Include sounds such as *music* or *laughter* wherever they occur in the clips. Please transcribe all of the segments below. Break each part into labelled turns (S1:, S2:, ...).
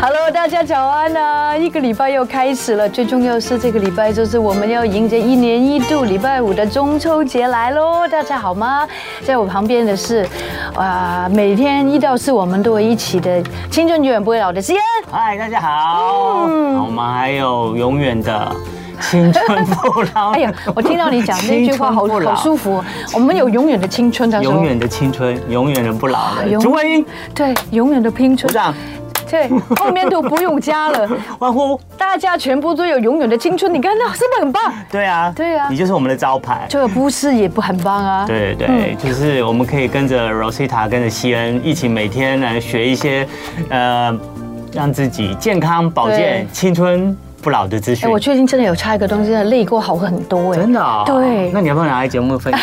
S1: Hello，大家早安啊！一个礼拜又开始了，最重要是这个礼拜就是我们要迎接一年一度礼拜五的中秋节来喽！大家好吗？在我旁边的是，啊、每天一到四我们都会一起的青春永远不会老的西恩。
S2: 嗨，大家好。
S1: 嗯
S2: 好，我们还有永远的青春不老。
S1: *laughs*
S2: *laughs*
S1: 哎呀，我听到你讲这句话好
S2: 青春不老
S1: 好舒服哦，我们有永远的青春，他说
S2: 永远的青春，永远的不老
S1: 永远
S2: 的。朱慧英，
S1: 对永远的青
S2: 鼓
S1: 春，
S2: 掌，
S1: 对后面都不用加
S2: *laughs*
S1: 了，
S2: 欢呼。
S1: 大家全部都有永远的青春，你看到是不是很棒？
S2: 对啊，
S1: 对啊
S2: 你就是我们的招牌。
S1: 这个不是也不很棒啊？
S2: 对对对，就是我们可以跟着 Rosita，跟着西恩一起每天来学一些，呃，让自己健康保健、
S1: 对
S2: 青春不老的资
S1: 哎、
S2: 讯。
S1: 我最近真的有差一个东西，真的累过好很多哎、
S2: 真的、哦？
S1: 对
S2: 那你要不要拿来节目
S1: *laughs*
S2: 分享？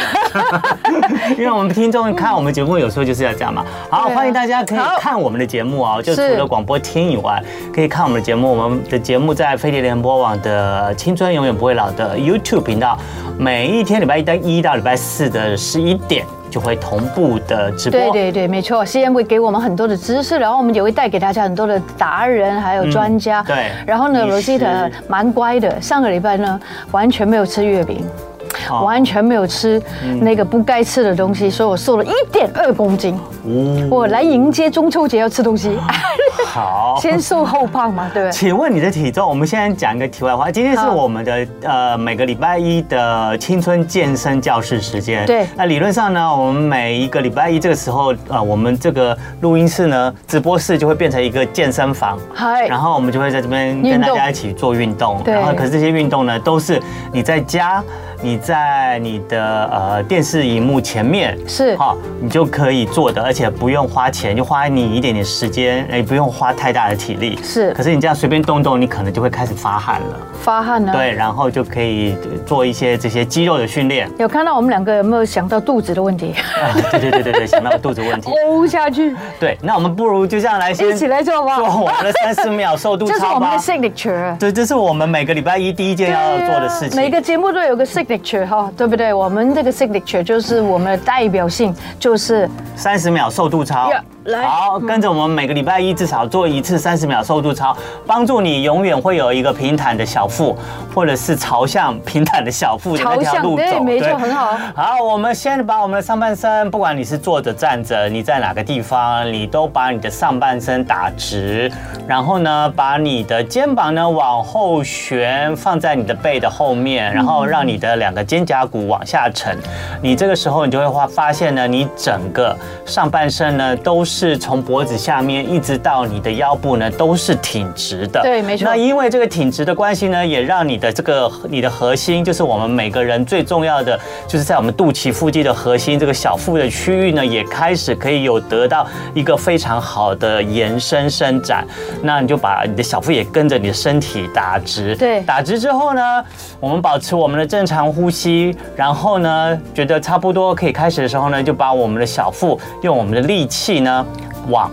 S2: 因为我们听众看我们节目有时候就是要这样嘛。好，
S1: 对啊
S2: 欢迎大家可以看我们的节目啊，就除
S1: 是
S2: 了广播听以外，可以看我们的节目。我们的节目在飞碟联播网的《青春永远不会老》的 YouTube 频道，每一天礼拜一到一到礼拜四的十一点就会同步的直播。
S1: 对对对，没错，西安会给我们很多的知识，然后我们也会带给大家很多的达人，还有专家。
S2: 嗯对
S1: 然后呢
S2: 医师
S1: ，Rosita 呃蛮乖的，上个礼拜呢完全没有吃月饼，
S2: 哦
S1: 完全没有吃那个不该吃的东西，所以我瘦了一点二公斤。
S2: 嗯
S1: 我来迎接中秋节要吃东西，
S2: 啊好。
S1: *laughs* 先瘦后胖嘛，
S2: *laughs*
S1: 对不对？
S2: 请问你的体重？我们现在讲一个题外话，今天是
S1: 好
S2: 我们的呃每个礼拜一的青春健身教室时间。
S1: 对
S2: 那理论上呢，我们每一个礼拜一这个时候，呃，我们这个录音室呢，直播室就会变成一个健身房。
S1: 嗨
S2: 然后我们就会在这边
S1: 哎运
S2: 跟大
S1: 动
S2: 家一起做运动，
S1: 对
S2: 然后可是这些运动呢，都是你在家，你在你的呃电视荧幕前面
S1: 是
S2: 哈、你就可以做的，而且不用花钱，就花你一点点时间，也不用花太大的体力。
S1: 是
S2: 可是你这样随便动动，你可能就会开始发汗了，
S1: 发汗啊呢？
S2: 对，然后就可以做一些这些肌肉的训练。 *laughs*
S1: 有看到我们两个有没有想到肚子的问题？
S2: 啊对对对对对，想到 *laughs* 肚子问题。
S1: 哦下去，
S2: 对，那我们不如就这样来先
S1: 一起来做吧
S2: 做我们的三十秒
S1: *laughs*
S2: 瘦肚
S1: 这是
S2: 操
S1: 我们
S2: 吧
S1: 的。signature。
S2: 对，这是我们每个礼拜一第一件要做的事
S1: 对啊每
S2: 情。
S1: 个节目都有个 signature 哈，对不对？我们这个 signature 就是我们的代表性，就是
S2: 三十秒瘦肚操
S1: Yeah，，来嗯
S2: 好，跟着我们每个礼拜一至少做一次三十秒瘦肚操，帮助你永远会有一个平坦的小腹，或者是朝向平坦的小腹的那
S1: 朝
S2: 条
S1: 向
S2: 路走。
S1: 对，没错，很好。
S2: 好，我们先把我们的上半身，不管你是坐着、站着，你在哪个地方，你都把你的上半身打直，然后呢，把你的肩膀呢往后旋，放在你的背的后面，然后让你的两个肩胛骨往下沉。你这个时候，你就会发发现呢，你整个上半身呢都是从脖子下面一直到你的腰部呢都是挺直的。
S1: 对没错
S2: 那因为这个挺直的关系呢，也让你的这个你的核心，就是我们每个人最重要的，就是在我们肚脐附近的核心这个小腹的区域呢，也开始可以有得到一个非常好的延伸伸展。那你就把你的小腹也跟着你的身体打直。
S1: 对
S2: 打直之后呢，我们保持我们的正常呼吸，然后呢，觉得差不多可以开始的时候呢，就把我们的小腹用我们的力气呢往。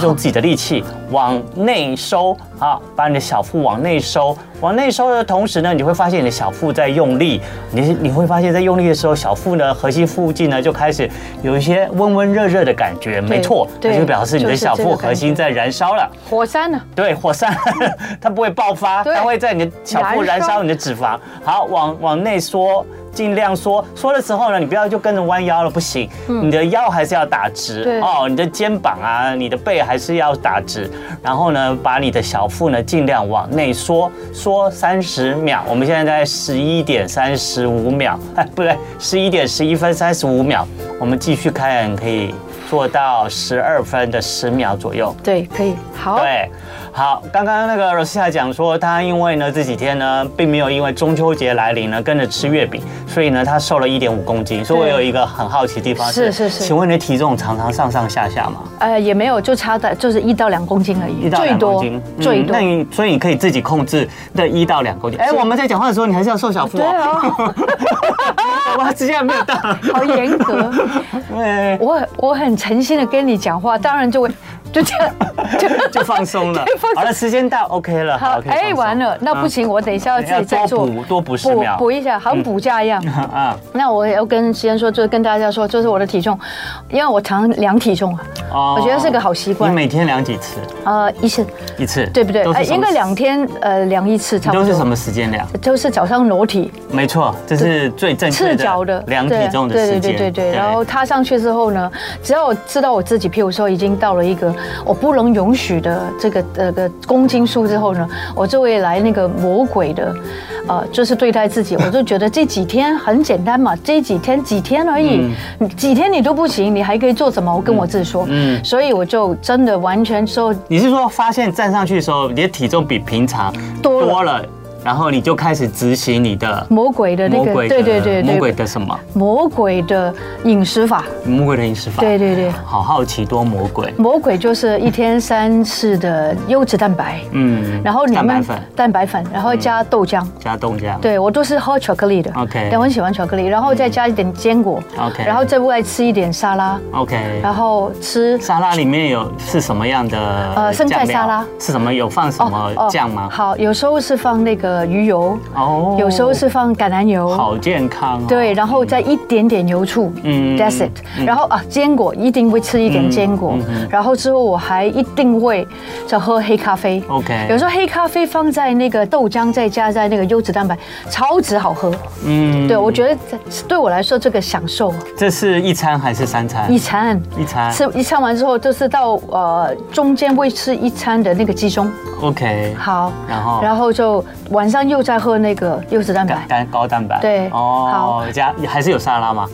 S2: 用自己的力气往内收啊，把你的小腹往内收，往内收的同时呢，你就会发现你的小腹在用力，你你会发现在用力的时候，小腹呢核心附近呢就开始有一些温温热热的感觉，没错，
S1: 对
S2: 那就表示你的
S1: 就是
S2: 小
S1: 这个
S2: 腹核心
S1: 感
S2: 在燃烧了。
S1: 火山啊呢？
S2: 对，火山 *laughs* 它不会爆发，
S1: 对
S2: 它会在你的小腹
S1: 燃
S2: 燃
S1: 烧
S2: 烧你的脂肪。好，往往内缩，尽量缩。缩的时候呢，你不要就跟着弯腰了，不行，你的腰还是要打直
S1: 嗯对
S2: 哦，你的肩膀啊，你的背还是要打直。然后呢，把你的小腹呢尽量往内缩，缩三十秒。我们现在在十一点三十五秒， *laughs* 哎，不对，十一点十一分三十五秒。我们继续看，可以做到十二分的十秒左右。
S1: 对，可以，好，
S2: 对，好，刚刚那个 Rosita 讲说，她因为呢这几天呢，并没有因为中秋节来临呢跟着吃月饼，所以呢她瘦了一点五公斤。所以我有一个很好奇的地方
S1: 是是是
S2: 请问你的体重常常上上下下吗？
S1: 呃，也没有，就差的就是一到两公斤而已，
S2: 一到
S1: 最
S2: 两公
S1: 多
S2: 斤，嗯
S1: 最多
S2: 那。你所以你可以自己控制那一到两公斤。哎，我们在讲话的时候，你还是要瘦小腹
S1: 对
S2: 哦。 *laughs*
S1: 啊，
S2: 我们时间还没有到。
S1: 好严格。
S2: *laughs* 对，
S1: 我我很诚心的跟你讲话，当然就会就这样，就
S2: *laughs*
S1: *laughs*
S2: 就放松了。
S1: 放
S2: 好了，时间到，OK 了，
S1: 好
S2: 好，，可以放
S1: 哎，
S2: 松嗯
S1: 完了，那不行，我等一下要自己
S2: 要
S1: 再
S2: 多
S1: 做
S2: 补多补十秒嗯
S1: 补一下，好像补假一样。
S2: *laughs* 啊，
S1: 那我也要跟先说，就是跟大家说，就是我的体重，因为我常量体重啊，
S2: 哦
S1: 我觉得是个好习
S2: 你
S1: 惯。
S2: 每天量几次？
S1: 呃，医生，
S2: 一次，
S1: 对不对？
S2: 都
S1: 哎，
S2: 是什么
S1: 应该两天呃量一次差不
S2: 都
S1: 多。
S2: 是什？么时间量？
S1: 就是早上裸体
S2: 没错，这是最正确
S1: 赤
S2: 的
S1: 脚的
S2: 量体
S1: 对
S2: 重的
S1: 对
S2: 时
S1: 对
S2: 间。
S1: 对对对。然后踏上去之后呢，只要我知道我自己，譬如说已经到了一个我不能容许的这个呃个公斤数之后呢，我就会来那个魔鬼的，呃，就是对待
S2: *laughs*
S1: 自己。我就觉得这几天很简单嘛，这几天几天而已，你几天你都不行，你还可以做什么？我跟我自己说，
S2: 嗯
S1: 所以我就真的完全受
S2: 你是说发现站上去的时候，你的体重比平常
S1: 多了
S2: 多了，然后你就开始执行你的
S1: 魔鬼的那
S2: 魔
S1: 个，
S2: 鬼的
S1: 对对对
S2: 魔鬼
S1: 对，
S2: 的什么？
S1: 魔鬼的饮食法，
S2: 魔鬼的饮食法。
S1: 对对对。
S2: 好好奇多魔鬼。
S1: 魔鬼就是一天三次的优质蛋白，
S2: 嗯，
S1: 然后里面
S2: 蛋白粉
S1: 蛋白粉，然后加豆浆。
S2: 加冻这样。
S1: 对我都是喝巧克力的
S2: 嗯 OK
S1: 对我很喜欢巧克力，然后再加一点坚果
S2: OK
S1: 然后再外吃一点沙拉，
S2: ，OK。
S1: 然后吃
S2: 沙拉里面有是什么样的酱料？
S1: 呃生菜沙拉
S2: 是什么？有放什么酱吗？
S1: 哦好，有时候是放那个鱼油，
S2: 哦
S1: 有时候是放橄榄油，
S2: 好健康哦。
S1: 对，然后再一点点油醋，
S2: 嗯嗯
S1: 嗯，that's it。然后啊，坚果一定会吃一点坚果，然后之后我还一定会就喝黑咖啡。
S2: OK
S1: 有时候黑咖啡放在那个豆浆，再加在那个优质蛋白，超级好喝。
S2: 嗯
S1: 对，我觉得这对我来说这个享受
S2: 这是一餐还是三餐？
S1: 一餐。
S2: 一餐
S1: 吃一餐完之后，就是到呃中间会吃一餐的那个鸡中，
S2: OK，
S1: 好，
S2: 然后
S1: 然后就晚上又再喝那个优质蛋白
S2: 蛋，蛋高蛋白
S1: 对
S2: 哦，加还是有沙拉吗？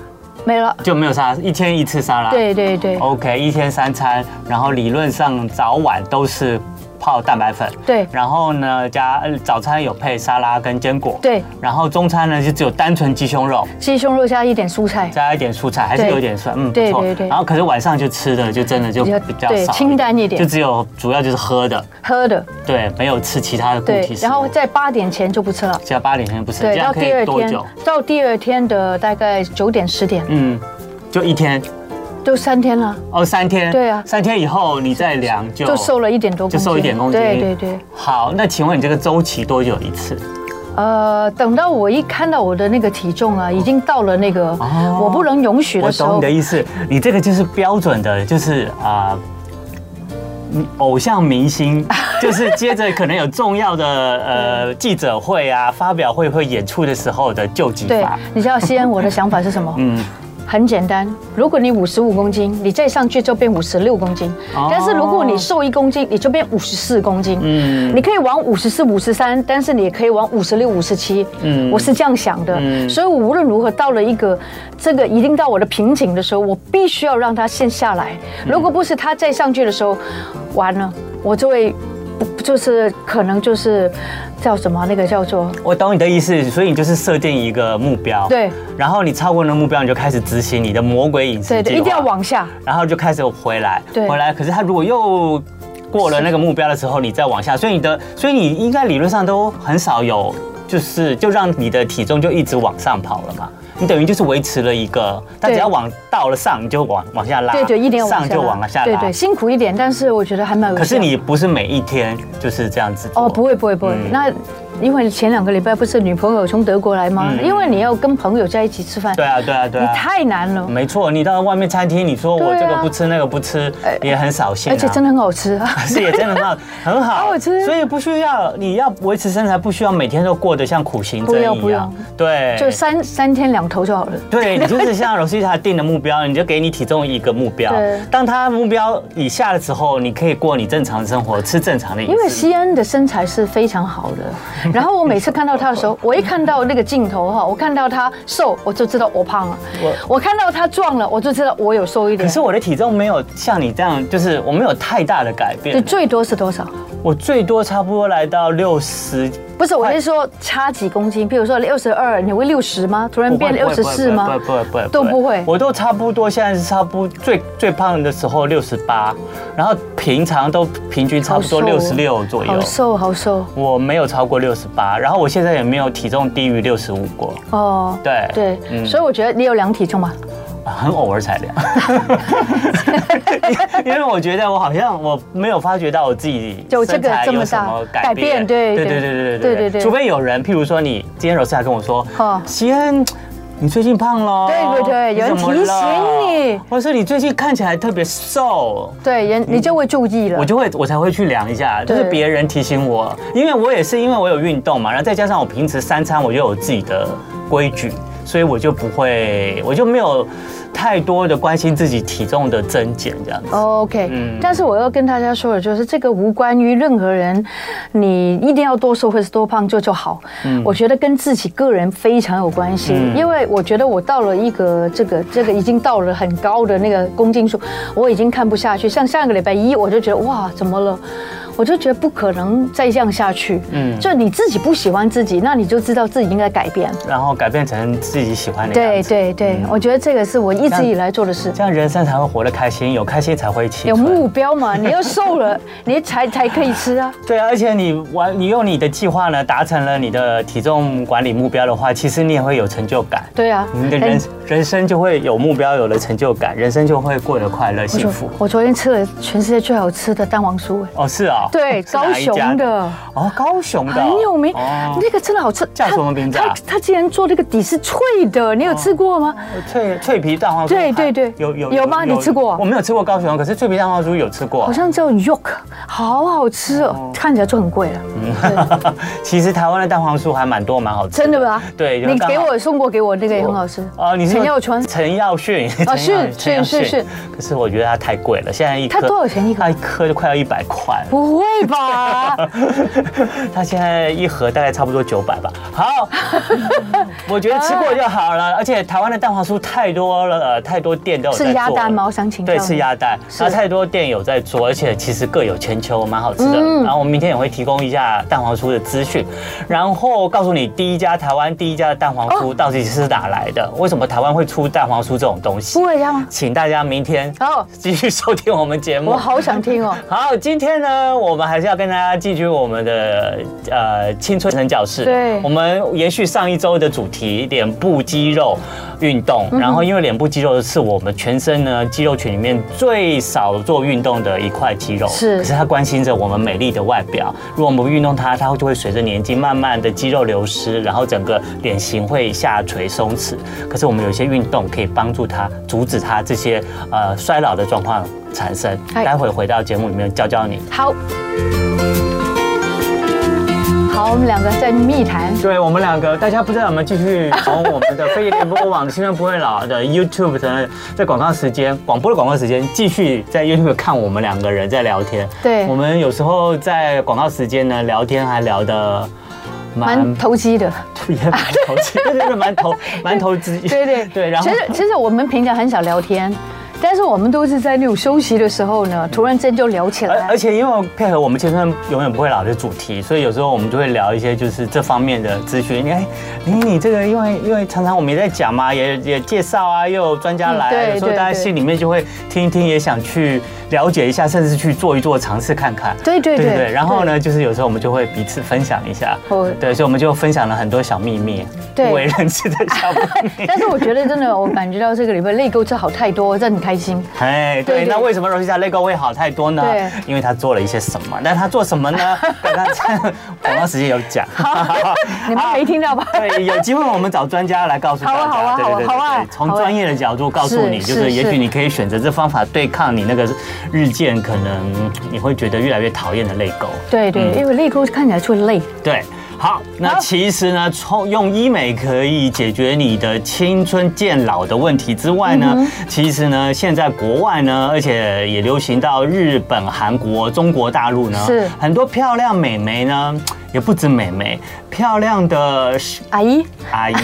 S1: 没了。
S2: 就没有沙拉，一天一次沙拉。
S1: 对对对，
S2: ，OK，一天三餐，然后理论上早晚都是泡蛋白粉。
S1: 对
S2: 然后呢，加呃早餐有配沙拉跟坚果。
S1: 对，
S2: 然后中餐呢就只有单纯鸡胸肉，
S1: 鸡胸肉加一点蔬菜。
S2: 加一点蔬菜，还是
S1: 对
S2: 有点蒜，嗯，不
S1: 对
S2: 错。
S1: 对对
S2: 然后可是晚上就吃的就真的就
S1: 比较
S2: 比较
S1: 对
S2: 少，
S1: 清淡一点
S2: 就只有主要就是喝的，
S1: 喝的，
S2: 对，没有吃其他的固
S1: 对
S2: 体，食物。
S1: 然后在八点前就不吃了。
S2: 只要八点前不嗯吃，这
S1: 对，
S2: 样
S1: 到
S2: 可
S1: 第
S2: 以
S1: 二
S2: 多
S1: 天
S2: 久？，
S1: 到第二天的大概九点十点，
S2: 嗯，就一天
S1: 就三天了，
S2: 哦，三天。
S1: 对啊
S2: 三天以后你再量就
S1: 就瘦了一点多公
S2: 就
S1: 斤，
S2: 瘦一点公斤。
S1: 对对对，。
S2: 好，那请问你这个周期多久一次？
S1: 呃，等到我一看到我的那个体重啊，已经到了那个
S2: 哦
S1: 我不能容许
S2: 我
S1: 的时
S2: 懂你
S1: 候
S2: 的，意思，你这个就是标准的，就是啊。嗯偶像
S1: *laughs*
S2: 明星就是接着可能有重要的呃记者会啊、发表会或演出的时候的救急
S1: 对
S2: 法，，
S1: 你知道西安我的想法是什么？
S2: 嗯，
S1: 很简单，如果你五十五公斤，你再上去就变五十六公斤。
S2: 哦
S1: 但是如果你瘦一公斤，你就变五十四公斤。
S2: 嗯
S1: 嗯，你可以往五十四、五十三，但是你也可以往五十六、五十七。
S2: 嗯
S1: 嗯，我是这样想的。
S2: 嗯
S1: 所以我无论如何到了一个这个一定到我的瓶颈的时候，我必须要让它先下来。
S2: 嗯
S1: 如果不是它再上去的时候，完了，我就会不就是可能就是叫什么那个叫做
S2: 我懂你的意思，所以你就是设定一个目标，
S1: 对
S2: 然后你超过那个目标，你就开始执行你的魔鬼饮食计
S1: 对
S2: 划，
S1: 对，一定要往下。
S2: 然后就开始回来，
S1: 对
S2: 回来。可是他如果又过了那个目标的时候，你再往下，所以你的，所以你应该理论上都很少有，就是就让你的体重就一直往上跑了嘛。你等于就是维持了一个，但
S1: 对
S2: 只要往到了上，你就往往下拉，
S1: 对对，一定要往
S2: 上
S1: 下
S2: 就往下拉。
S1: 对对，辛苦一点，但是我觉得还蛮有效。
S2: 可是你不是每一天就是这样子做
S1: 哦，不会不会不会，
S2: 嗯
S1: 那因为前两个礼拜不是女朋友从德国来吗？
S2: 嗯
S1: 因为你要跟朋友在一起吃饭，
S2: 对啊对啊对
S1: 你
S2: 啊，
S1: 太难了，
S2: 没错。你到外面餐厅，你说我
S1: 对啊呃
S2: 这个不吃那个不吃，也很扫兴、啊。
S1: 而且真的很好吃
S2: *laughs*
S1: 啊。
S2: 是也真的很好，很好，
S1: 好好吃
S2: 所以不需要你要维持身材，不需要每天都过得像苦行
S1: 不
S2: 僧
S1: 用
S2: 一
S1: 不
S2: 样
S1: 用。
S2: 对，
S1: 就三三天两头就好了，
S2: 对你就是像罗西塔定的目标，你就给你体重一个目标
S1: 对。
S2: 当他目标以下的时候，你可以过你正常生活，吃正常的饮
S1: 因为
S2: 食。
S1: 西安的身材是非常好
S2: *laughs*
S1: 的。然后我每次看到她的时候，我一看到那个镜头哈，我看到她瘦，我就知道我胖了；我看到她壮了，我就知道我有瘦一
S2: 可
S1: 点。
S2: 是我的体重没有像你这样，就是我没有太大的改
S1: 你
S2: 变。
S1: 最多是多少？
S2: 我最多差不多来到六十，
S1: 不是，我是说差几公斤，比如说六十二，你会六十吗？突然变
S2: 不
S1: 六
S2: 会
S1: 十四吗？
S2: 不会不会，
S1: 都不会
S2: 我都差不多，现在是差不多最最胖的时候六十八，然后平常都平均差不多
S1: 好
S2: 六十
S1: 瘦
S2: 六左右
S1: 好。瘦，好瘦
S2: 我没有超过六十八，然后我现在也没有体重低于六十五过。
S1: 哦。
S2: 对
S1: 对，
S2: 嗯
S1: 所以我觉得你有量体重嘛，
S2: 很偶尔才量， *laughs* 因为我觉得我好像我没有发觉到我自己
S1: 有这个
S2: 身材
S1: 这么
S2: 有什么
S1: 大
S2: 改
S1: 改变
S2: 变，
S1: 对
S2: 对
S1: 对
S2: 对对对
S1: 对
S2: 对
S1: 对对
S2: 对对，除非有人，譬如说你今天柔斯还跟我说
S1: 哦，
S2: 西恩。你最近胖了，
S1: 对不对有人
S2: 你怎么
S1: 提醒
S2: 了
S1: 你
S2: 或者说你最近看起来特别瘦，
S1: 对，人你就会注意了。
S2: 我就会我才会去量一下，就是
S1: 对
S2: 别人提醒我，因为我也是因为我有运动嘛，然后再加上我平时三餐我就有自己的规矩，所以我就不会，我就没有太多的关心自己体重的增减这样子。
S1: OK，、
S2: 嗯
S1: 但是我要跟大家说的就是，这个无关于任何人，你一定要多瘦或是多胖就就好。我觉得跟自己个人非常有关系，
S2: 嗯
S1: 因为我觉得我到了一个这个这个已经到了很高的那个公斤数，我已经看不下去。像上个礼拜一，我就觉得哇，怎么了？我就觉得不可能再这样下去。嗯，
S2: 嗯
S1: 就你自己不喜欢自己，那你就知道自己应该改变。
S2: 然后改变成自己喜欢的样
S1: 对
S2: 子，
S1: 对对，我觉得这个是我一直以来做的事。
S2: 这样人生才会活得开心，有开心才会起。
S1: 有目标
S2: *laughs*
S1: 嘛？你又瘦了，你才才可以吃啊。
S2: 对啊，而且你完，你用你的计划呢，达成了你的体重管理目标的话，其实你也会有成就感。
S1: 对啊，
S2: 你的
S1: 哎
S2: 人人生就会有目标，有了成就感，人生就会过得快乐
S1: 我
S2: 幸
S1: 昨
S2: 福。
S1: 我昨天吃了全世界最好吃的蛋黄酥，哎，
S2: 哦，是啊，
S1: 对，
S2: *laughs* 是
S1: 高
S2: 哪一家
S1: 雄的。
S2: 哦，高雄的
S1: 很有名
S2: 哦，
S1: 那个真的好吃。
S2: 叫
S1: 它
S2: 什么名字啊哦
S1: 它它竟然做那个底是脆的，你有吃过吗？
S2: 脆脆皮蛋黄酥
S1: 对
S2: 还
S1: 对对
S2: 有有
S1: 有吗你吃过
S2: 我没有吃过高雄，可是脆皮蛋黄酥有吃过。
S1: 好像叫 York，好好吃哦，看起来就很贵了。对
S2: 嗯 *laughs* 其实台湾的蛋黄酥还蛮多，蛮好吃。
S1: 真的？吗？
S2: 对就
S1: 你
S2: 刚好
S1: 给我送过给我那个也很好吃。
S2: 哦，你是
S1: 陈耀
S2: *laughs*
S1: 川
S2: 陈耀迅
S1: 哦
S2: 陈
S1: 是
S2: 耀
S1: 是是是，
S2: 可是我觉得它太贵了，现在一
S1: 它
S2: 颗
S1: 多少钱一颗
S2: 它一颗就快要一百块了。
S1: 不会吧？
S2: *laughs* 它现在一盒大概差不多九百吧。
S1: *laughs*
S2: 好，我觉得吃过就好了。而且台湾的蛋黄酥太多了，呃太多店都有在
S1: 是鸭
S2: 做
S1: 蛋
S2: 了
S1: 吗？我想请教。
S2: 对，吃。鸭蛋，
S1: 是
S2: 那太多店有在做，而且其实各有千秋，蛮好吃的。
S1: 嗯
S2: 然后我们明天也会提供一下蛋黄酥的资讯，然后告诉你第一家台湾第一家的蛋黄
S1: 哦
S2: 酥到底是哪来的，为什么台湾会出蛋黄酥这种东西
S1: 不。会这样吗？
S2: 请大家明天
S1: 哦，
S2: 继续收听我们节目
S1: 我。好想听哦。
S2: *laughs* 好，今天呢，我们还是要跟大家继续我们的呃青春成教室。
S1: 对
S2: 我们延续上一周的主题，脸部肌肉运动。
S1: 嗯
S2: 然后，因为脸部肌肉是我们全身呢肌肉群里面最少做运动的一块肌肉，
S1: 是
S2: 可是它关心着我们美丽的外表。如果我们不运动它，它就会随着年纪慢慢的肌肉流失，然后整个脸型会下垂松弛。可是我们有一些运动可以帮助它阻止它这些呃衰老的状况产生。
S1: 哎
S2: 待会回到节目里面教教你。
S1: 好。好，我们两个在密谈。
S2: 对我们两个，大家不知道有没有继续从我们的飞碟联播网的《青春不会老》的 YouTube 的在广告时间、广播的广告时间，继续在 YouTube 看我们两个人在聊天。
S1: 对
S2: 我们有时候在广告时间呢聊天还聊得蛮
S1: 蛮投机
S2: *laughs*
S1: 的，
S2: 也蛮投机，对对对，蛮投 *laughs* 蛮投资，
S1: 对对
S2: 对，然后
S1: 其实其实我们平常很少聊天，但是我们都是在那种休息的时候呢，突然间就聊起
S2: 嗯而
S1: 来
S2: 而。且因为配合我们青春永远不会老的主题，所以有时候我们就会聊一些就是这方面的资讯。哎，你你这个因为因为常常我们也在讲嘛，也也介绍啊，又有专家
S1: 嗯
S2: 来、
S1: 对
S2: 啊，有时候
S1: 对
S2: 大家
S1: 对
S2: 心里面就会听一听，也想去了解一下，甚至去做一做尝试看看。
S1: 对对对
S2: 然后呢，就是有时候我们就会彼此分享一下
S1: 哦，
S2: 对，所以我们就分享了很多小秘密，
S1: 对
S2: 不为人知的小秘
S1: *laughs*
S2: 密。
S1: *laughs*
S2: *laughs*
S1: 但是我觉得真的，我感觉到这个礼拜泪沟吃好太多，真的很开
S2: *laughs*
S1: 心。
S2: 哎，
S1: 对
S2: 对，
S1: 对
S2: 那为什么柔西莎泪沟会好太多呢？
S1: 对
S2: 因为她做了一些什么。那她做什
S1: *laughs*
S2: 么呢？刚刚在广告时间有讲。 *laughs*
S1: 你们没听到吧？
S2: 对，有机会我们找专家来告诉大
S1: 好啊
S2: 家。
S1: 好啊
S2: 对
S1: 好啊
S2: 对对
S1: 好啊
S2: 对从
S1: 好啊
S2: 专业的角度告诉你，
S1: 是
S2: 就是
S1: 是
S2: 也许你可以选择这方法对抗你那个日渐可能你会觉得越来越讨厌的泪沟。
S1: 对对，
S2: 嗯
S1: 因为泪沟看起来就累。
S2: 对，好，那
S1: 好
S2: 其实呢，从用医美可以解决你的青春渐老的问题之外
S1: 嗯
S2: 呢，其实呢，现在国外呢，而且也流行到日本、韩国、中国大陆呢，
S1: 是
S2: 很多漂亮美眉呢，也不止美眉，漂亮的
S1: 阿姨， *laughs*
S2: 阿姨、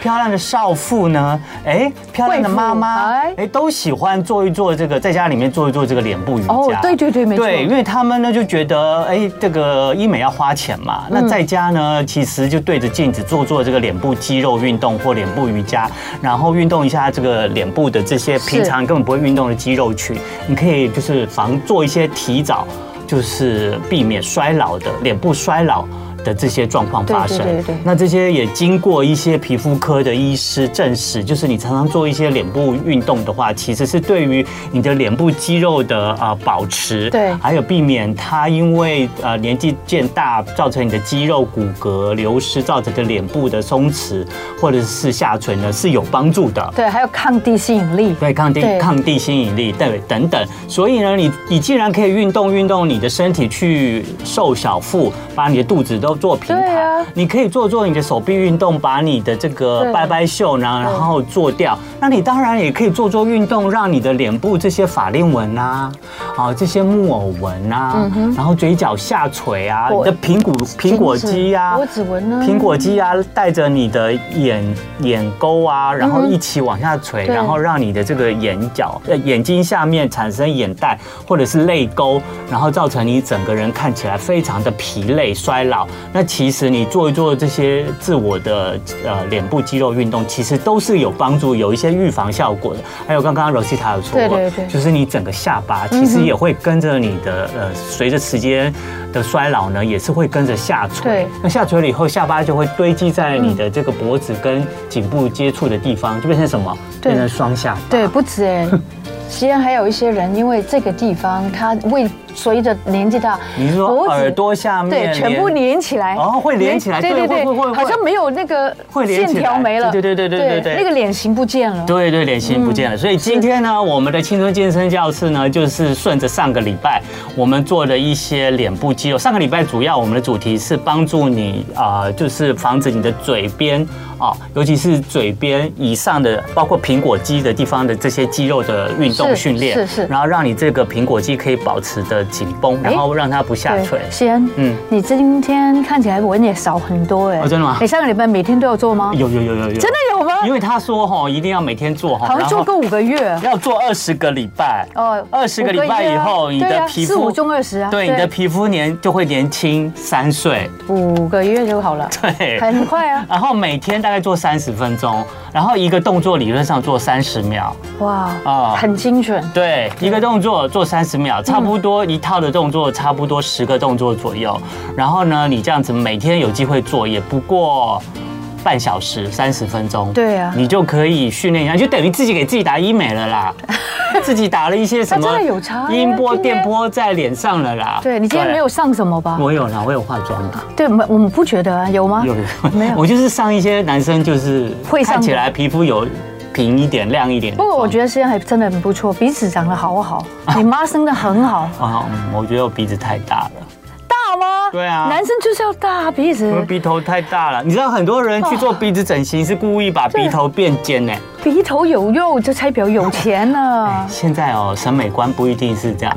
S2: 漂亮的少妇呢，哎，漂亮的妈
S1: 贵
S2: 妈
S1: 妇哎，
S2: 哎，都喜欢做一做这个，在家里面做一做这个脸部瑜伽。
S1: 哦对对对没错
S2: 对，因为他们呢就觉得，哎，这个医美要花钱
S1: 嗯
S2: 嘛，那在家呢，其实就对着镜子做做这个脸部肌肉运动或脸部瑜伽，然后运动一下这个脸部的这些
S1: 是
S2: 平常根本不会运动的肌肉群，你可以就是防做一些提早。就是避免衰老的脸部衰老的这些状况发生。
S1: 对对对对
S2: 那这些也经过一些皮肤科的医师证实，就是你常常做一些脸部运动的话，其实是对于你的脸部肌肉的呃保持，
S1: 对
S2: 还有避免它因为呃年纪渐大造成你的肌肉骨骼流失，造成的脸部的松弛或者是下垂呢是有帮助的。
S1: 对，还有抗地吸引力。
S2: 对抗地
S1: 对
S2: 抗地心引力，对等等。所以呢，你你既然可以运动运动你的身体去瘦小腹，把你的肚子都做平
S1: 对
S2: 坦，
S1: 啊
S2: 你可以做做你的手臂运动，把你的这个
S1: 对
S2: 拜拜袖呢，然后做掉。那你当然也可以做做运动，让你的脸部这些法令纹啊，啊这些木偶纹
S1: 嗯
S2: 啊，然后嘴角下垂啊，你
S1: 我
S2: 的苹果苹果肌啊，
S1: 脖子纹呢？
S2: 苹果肌啊，带着你的眼眼沟啊，然后一起往下垂，
S1: 对
S2: 然后让你的这个眼角、呃眼睛下面产生眼袋或者是泪沟，然后造成你整个人看起来非常的疲累衰老。那其实你做一做这些自我的呃脸部肌肉运动，其实都是有帮助，有一些预防效果的。还有刚刚 Rosita 有说，
S1: 对对对
S2: 就是你整个下巴其实也会跟着你的呃，随着时间的衰老呢，也是会跟着下垂。
S1: 对
S2: 那下垂了以后，下巴就会堆积在你的这个脖子跟颈部接触的地方，就变成什么？
S1: 对
S2: 变成双下巴。
S1: 对，不止哎。西安还有一些人，因为这个地方，他为随着年纪大，
S2: 你是说
S1: 脖子
S2: 耳朵下面
S1: 对全部
S2: 连
S1: 连起来，
S2: 哦会连起来
S1: 对
S2: 对
S1: 对
S2: 会会会
S1: 对，好像没有那个
S2: 会连
S1: 线
S2: 起来
S1: 条没了，
S2: 对对对对对对
S1: 那个脸型不见了，
S2: 对对，脸型不见了。所以今天呢，我们的青春健身教室呢，就是顺着上个礼拜我们做的一些脸部肌肉。上个礼拜主要我们的主题是帮助你啊、呃就是防止你的嘴边啊、尤其是嘴边以上的，包括苹果肌的地方的这些肌肉的运动
S1: 是
S2: 训练，
S1: 是是
S2: 然后让你这个苹果肌可以保持的紧绷，然后让它不下垂。
S1: 西安，
S2: 嗯
S1: 嗯，你今天看起来纹也少很多哎
S2: 哦，真的吗
S1: 你上个礼拜每天都有做吗？
S2: 有有有有有，
S1: 真的有吗？
S2: 因为他说哈，一定要每天做哈，
S1: 好像做个五个月。
S2: 要做二十个礼拜
S1: 哦
S2: 二十个礼拜以后，你的皮
S1: 四
S2: 肤
S1: 五中二十啊，
S2: 对，你的皮肤年就会年轻三岁， *laughs*
S1: 五个月就好了，
S2: 对。
S1: 很快
S2: *laughs*
S1: 啊，
S2: 然后每天大概做三十分钟，然后一个动作理论上做三十秒，
S1: 哇，
S2: 啊
S1: 很精准，
S2: 对，一个动作做三十秒，差不多一套的动作差不多十个动作左右。然后呢，你这样子每天有机会做，也不过半小时三十分钟，
S1: 对啊
S2: 你就可以训练一下，就等于自己给自己打医美
S1: *laughs*
S2: 了啦，自己打了一些什么
S1: 那真的有差耶
S2: 音波、
S1: 今天
S2: 电波在脸上了啦。
S1: 对你今天没有上什么吧？
S2: 我有啦，我有化妆啦。
S1: 对，没我们不觉得啊，有吗？
S2: 有
S1: 没有
S2: 我就是上一些男生就是
S1: 会上
S2: 看
S1: 的
S2: 起来皮肤有平一点、亮一点的
S1: 不
S2: 妆。
S1: 过我觉得现在还真的很不错，鼻子长得好
S2: *laughs*
S1: 好，你妈生的很好，
S2: 啊、嗯我觉得我鼻子太大了，
S1: 大吗？
S2: 对啊
S1: 男生就是要大鼻子
S2: 我，鼻头太大了。你知道很多人去做鼻子整形是故意把鼻头变尖呢。。
S1: 鼻头有肉，这才比较有钱呢
S2: *laughs*
S1: *laughs*
S2: 现在哦，审美观不一定是这样，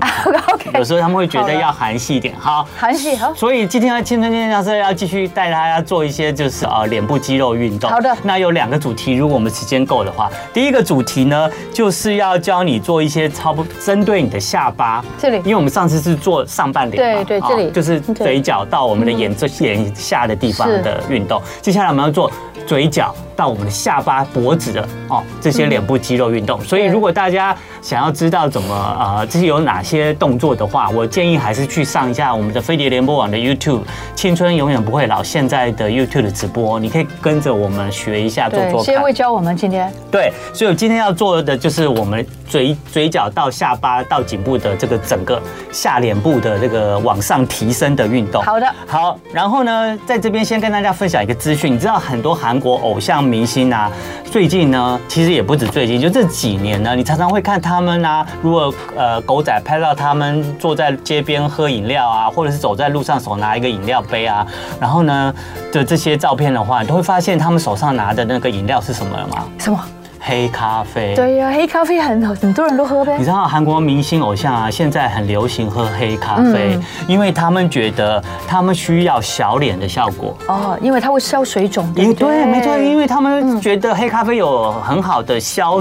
S1: OK，
S2: 有时候他们会觉
S1: 好
S2: 得
S1: 了
S2: 要韩系一点。好，
S1: 韩系好
S2: 所以今天的青春健身教室要继续带大家做一些就是呃脸部肌肉运动。
S1: 好的
S2: 那有两个主题，如果我们时间够的话，第一个主题呢就是要教你做一些差不多针对你的下巴
S1: 这里
S2: 因为我们上次是做上半脸嘛，
S1: 对对嗯
S2: 啊
S1: 这里
S2: 就是嘴角到我们的眼这眼下的地方
S1: 是
S2: 的运
S1: 嗯
S2: 动。接下来我们要做嘴角到我们的下巴、脖子的哦这些脸部肌肉运动。所以
S1: 嗯对
S2: 如果大家想要知道怎么呃这些有哪些动作的话，我建议还是去上一下我们的飞碟联播网的 YouTube《青春永远不会老》现在的 YouTube 的直播，你可以跟着我们学一下做
S1: 对，
S2: 做看
S1: 先。会教我们今天
S2: 对，所以我今天要做的就是我们嘴嘴角到下巴到颈部的这个整个下脸部的这个往上提升的运动。
S1: 好的
S2: 好，然后呢，在这边先跟大家分享一个资讯，你知道很多韩国偶像明星啊，最近呢，其实也不止最近，就这几年呢，你常常会看他们啊，如果呃狗仔拍到他们坐在街边喝饮料啊，或者是走在路上手拿一个饮料杯啊，然后呢的这些照片的话，你都会发现他们手上拿的那个饮料是什么了吗？
S1: 什么？
S2: 黑咖啡。，
S1: 对呀、黑咖啡很很多人都喝呗
S2: 你。知道韩国明星偶像啊，现在很流行喝黑咖啡，因为他们觉得他们需要小脸的效果。
S1: 哦，因为它会消水肿，对
S2: 也
S1: 不
S2: 对，
S1: 嗯对，嗯
S2: 没错，因为他们觉得黑咖啡有很好的消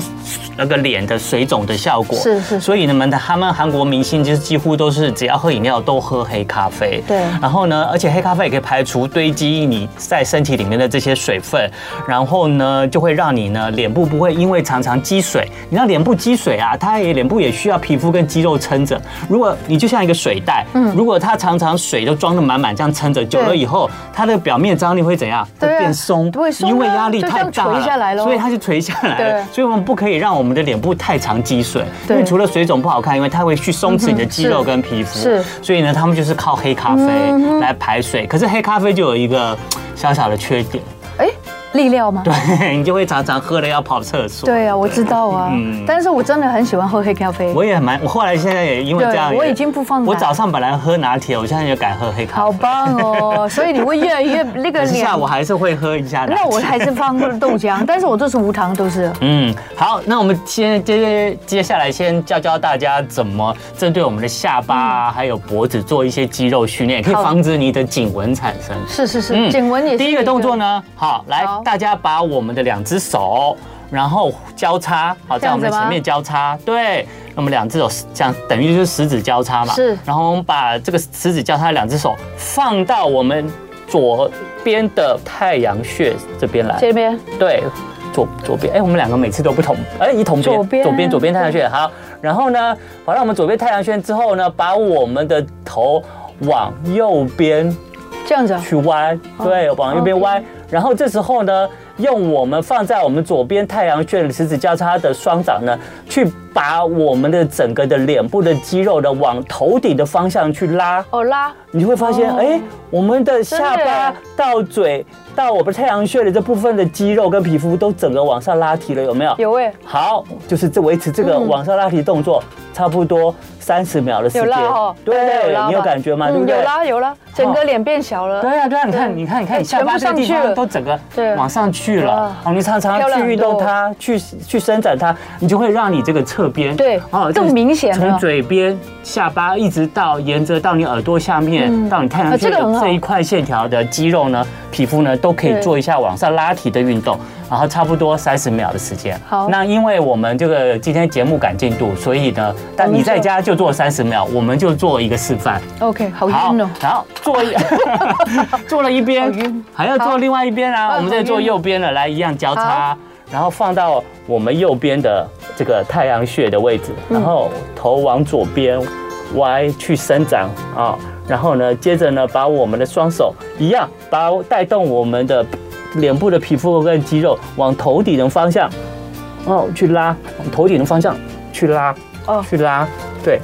S2: 那个脸的水肿的效果，
S1: 是是
S2: 所以你们的他们韩国明星就是几乎都是只要喝饮料都喝黑咖啡，
S1: 对
S2: 然后呢，而且黑咖啡也可以排除堆积你在身体里面的这些水分，然后呢就会让你呢脸部不会因为常常积水，你让脸部积水啊，它也脸部也需要皮肤跟肌肉撑着。如果你就像一个水袋，嗯，如果它常常水都装的满满，这样撑着，久了以后，它的表面张力会怎样？会
S1: 对啊
S2: 变松，
S1: 会松啊
S2: 因为压力
S1: 就这
S2: 太
S1: 样
S2: 大
S1: 垂下来
S2: 了，
S1: 咯
S2: 所以它就垂下来了
S1: 对。
S2: 所以我们不可以让我们的脸部太常积水，因
S1: 对
S2: 为除了水肿不好看，因为它会去松弛你的
S1: 嗯哼
S2: 肌肉
S1: 是
S2: 跟皮肤，
S1: 是嗯
S2: 所以呢，他们就是靠黑咖啡来排水。可是黑咖啡就有一个小小的缺点， *laughs*
S1: 哎，力量吗？
S2: 对你就会常常喝了要跑厕所。
S1: 对啊，我知道啊，
S2: 嗯
S1: 但是我真的很喜欢喝黑咖啡。
S2: 我也蛮，我后来现在也因为这样
S1: 对
S2: 也，
S1: 我已经不放
S2: 我
S1: 胆
S2: 早上本来喝拿铁，我现在也改喝黑咖
S1: 好
S2: 啡。
S1: 棒
S2: *laughs*
S1: 哦！所以你会越来越那个
S2: 可是
S1: 脸
S2: 下，午还是会喝一下拿
S1: 那我
S2: 铁。
S1: 还是放豆浆，但是我都是无糖，都是
S2: 嗯，好，那我们先接接下来先教教大家怎么针对我们的下巴、啊还有脖子做一些肌肉训练，也可以
S1: 好
S2: 防止你的颈纹产生。
S1: 是是
S2: 嗯
S1: 是，颈纹也是
S2: 第一个动作呢，好，来
S1: 好
S2: 大家把我们的两只手，然后交叉，好，
S1: 这
S2: 在
S1: 样
S2: 我们的
S1: 子吗
S2: 前面交叉，对，那么两只手是这样，等于就是食指交叉嘛，
S1: 是
S2: 然后我们把这个食指交叉的两只手放到我们左边的太阳穴这边来
S1: 一个，这边
S2: 对，左左边，哎，我们两个每次都不同，哎，一同边，
S1: 左边
S2: 左边左边太阳穴，好，然后呢，跑到我们左边太阳穴之后呢，把我们的头往右边
S1: 这样子啊，
S2: 去弯，对，往右边弯
S1: 哦 OK。
S2: 然后这时候呢，用我们放在我们左边太阳穴的十指交叉的双掌呢，去把我们的整个的脸部的肌肉呢往头顶的方向去拉，
S1: 哦拉，
S2: 你就会发现，
S1: 哦
S2: 哎，我们的下
S1: 真的
S2: 巴
S1: 耶
S2: 到嘴到我们太阳穴的这部分的肌肉跟皮肤都整个往上拉提了，有没有？
S1: 有哎，
S2: 好，就是这维持这个
S1: 嗯
S2: 往上拉提动作，差不多三十秒的时
S1: 有
S2: 间
S1: 拉哦，，
S2: 对，
S1: 拉吧
S2: 你有感觉吗？
S1: 嗯
S2: 对不对？
S1: 有拉有拉，整个脸变小了，
S2: 对呀、啊对呀、你
S1: 对
S2: 看，你看，你看，
S1: 哎
S2: 你下巴这
S1: 全
S2: 个
S1: 部
S2: 地
S1: 上去
S2: 方
S1: 了
S2: 都整个
S1: 对
S2: 往上去了
S1: 哇。
S2: 哦，你常常
S1: 漂亮
S2: 去
S1: 很
S2: 运动
S1: 多
S2: 它，去去伸展它，你就会让你这个侧边哦
S1: 对
S2: 就是
S1: 更明显了
S2: 从嘴边、下巴一直到沿着到你耳朵下面，
S1: 嗯
S2: 到你太阳
S1: 啊
S2: 穴
S1: 这个
S2: 的
S1: 很好
S2: 这一块线条的肌肉呢、皮肤呢，都可以
S1: 对
S2: 做一下往上拉提的运动，然后差不多三十秒的时间。
S1: 好
S2: 那因为我们这个今天节目赶进度，所以呢，但
S1: 我们
S2: 你在
S1: 就
S2: 家就做三十秒，我们就做一个示范。
S1: ，OK，好
S2: 好
S1: 晕哦，，
S2: 然后做一 *laughs* 做了一
S1: 好
S2: 边
S1: 晕，
S2: 还要做
S1: 好
S2: 另外一边啊。
S1: 嗯
S2: 我们再做右边了，来一样交叉
S1: 好，
S2: 然后放到我们右边的这个太阳穴的位置，
S1: 嗯
S2: 然后头往左边歪去伸展啊。然后呢，接着呢，把我们的双手一样，把带动我们的脸部的皮肤跟肌肉往头顶的方向哦去拉，往头顶的方向去拉，
S1: 哦
S2: 去拉，对，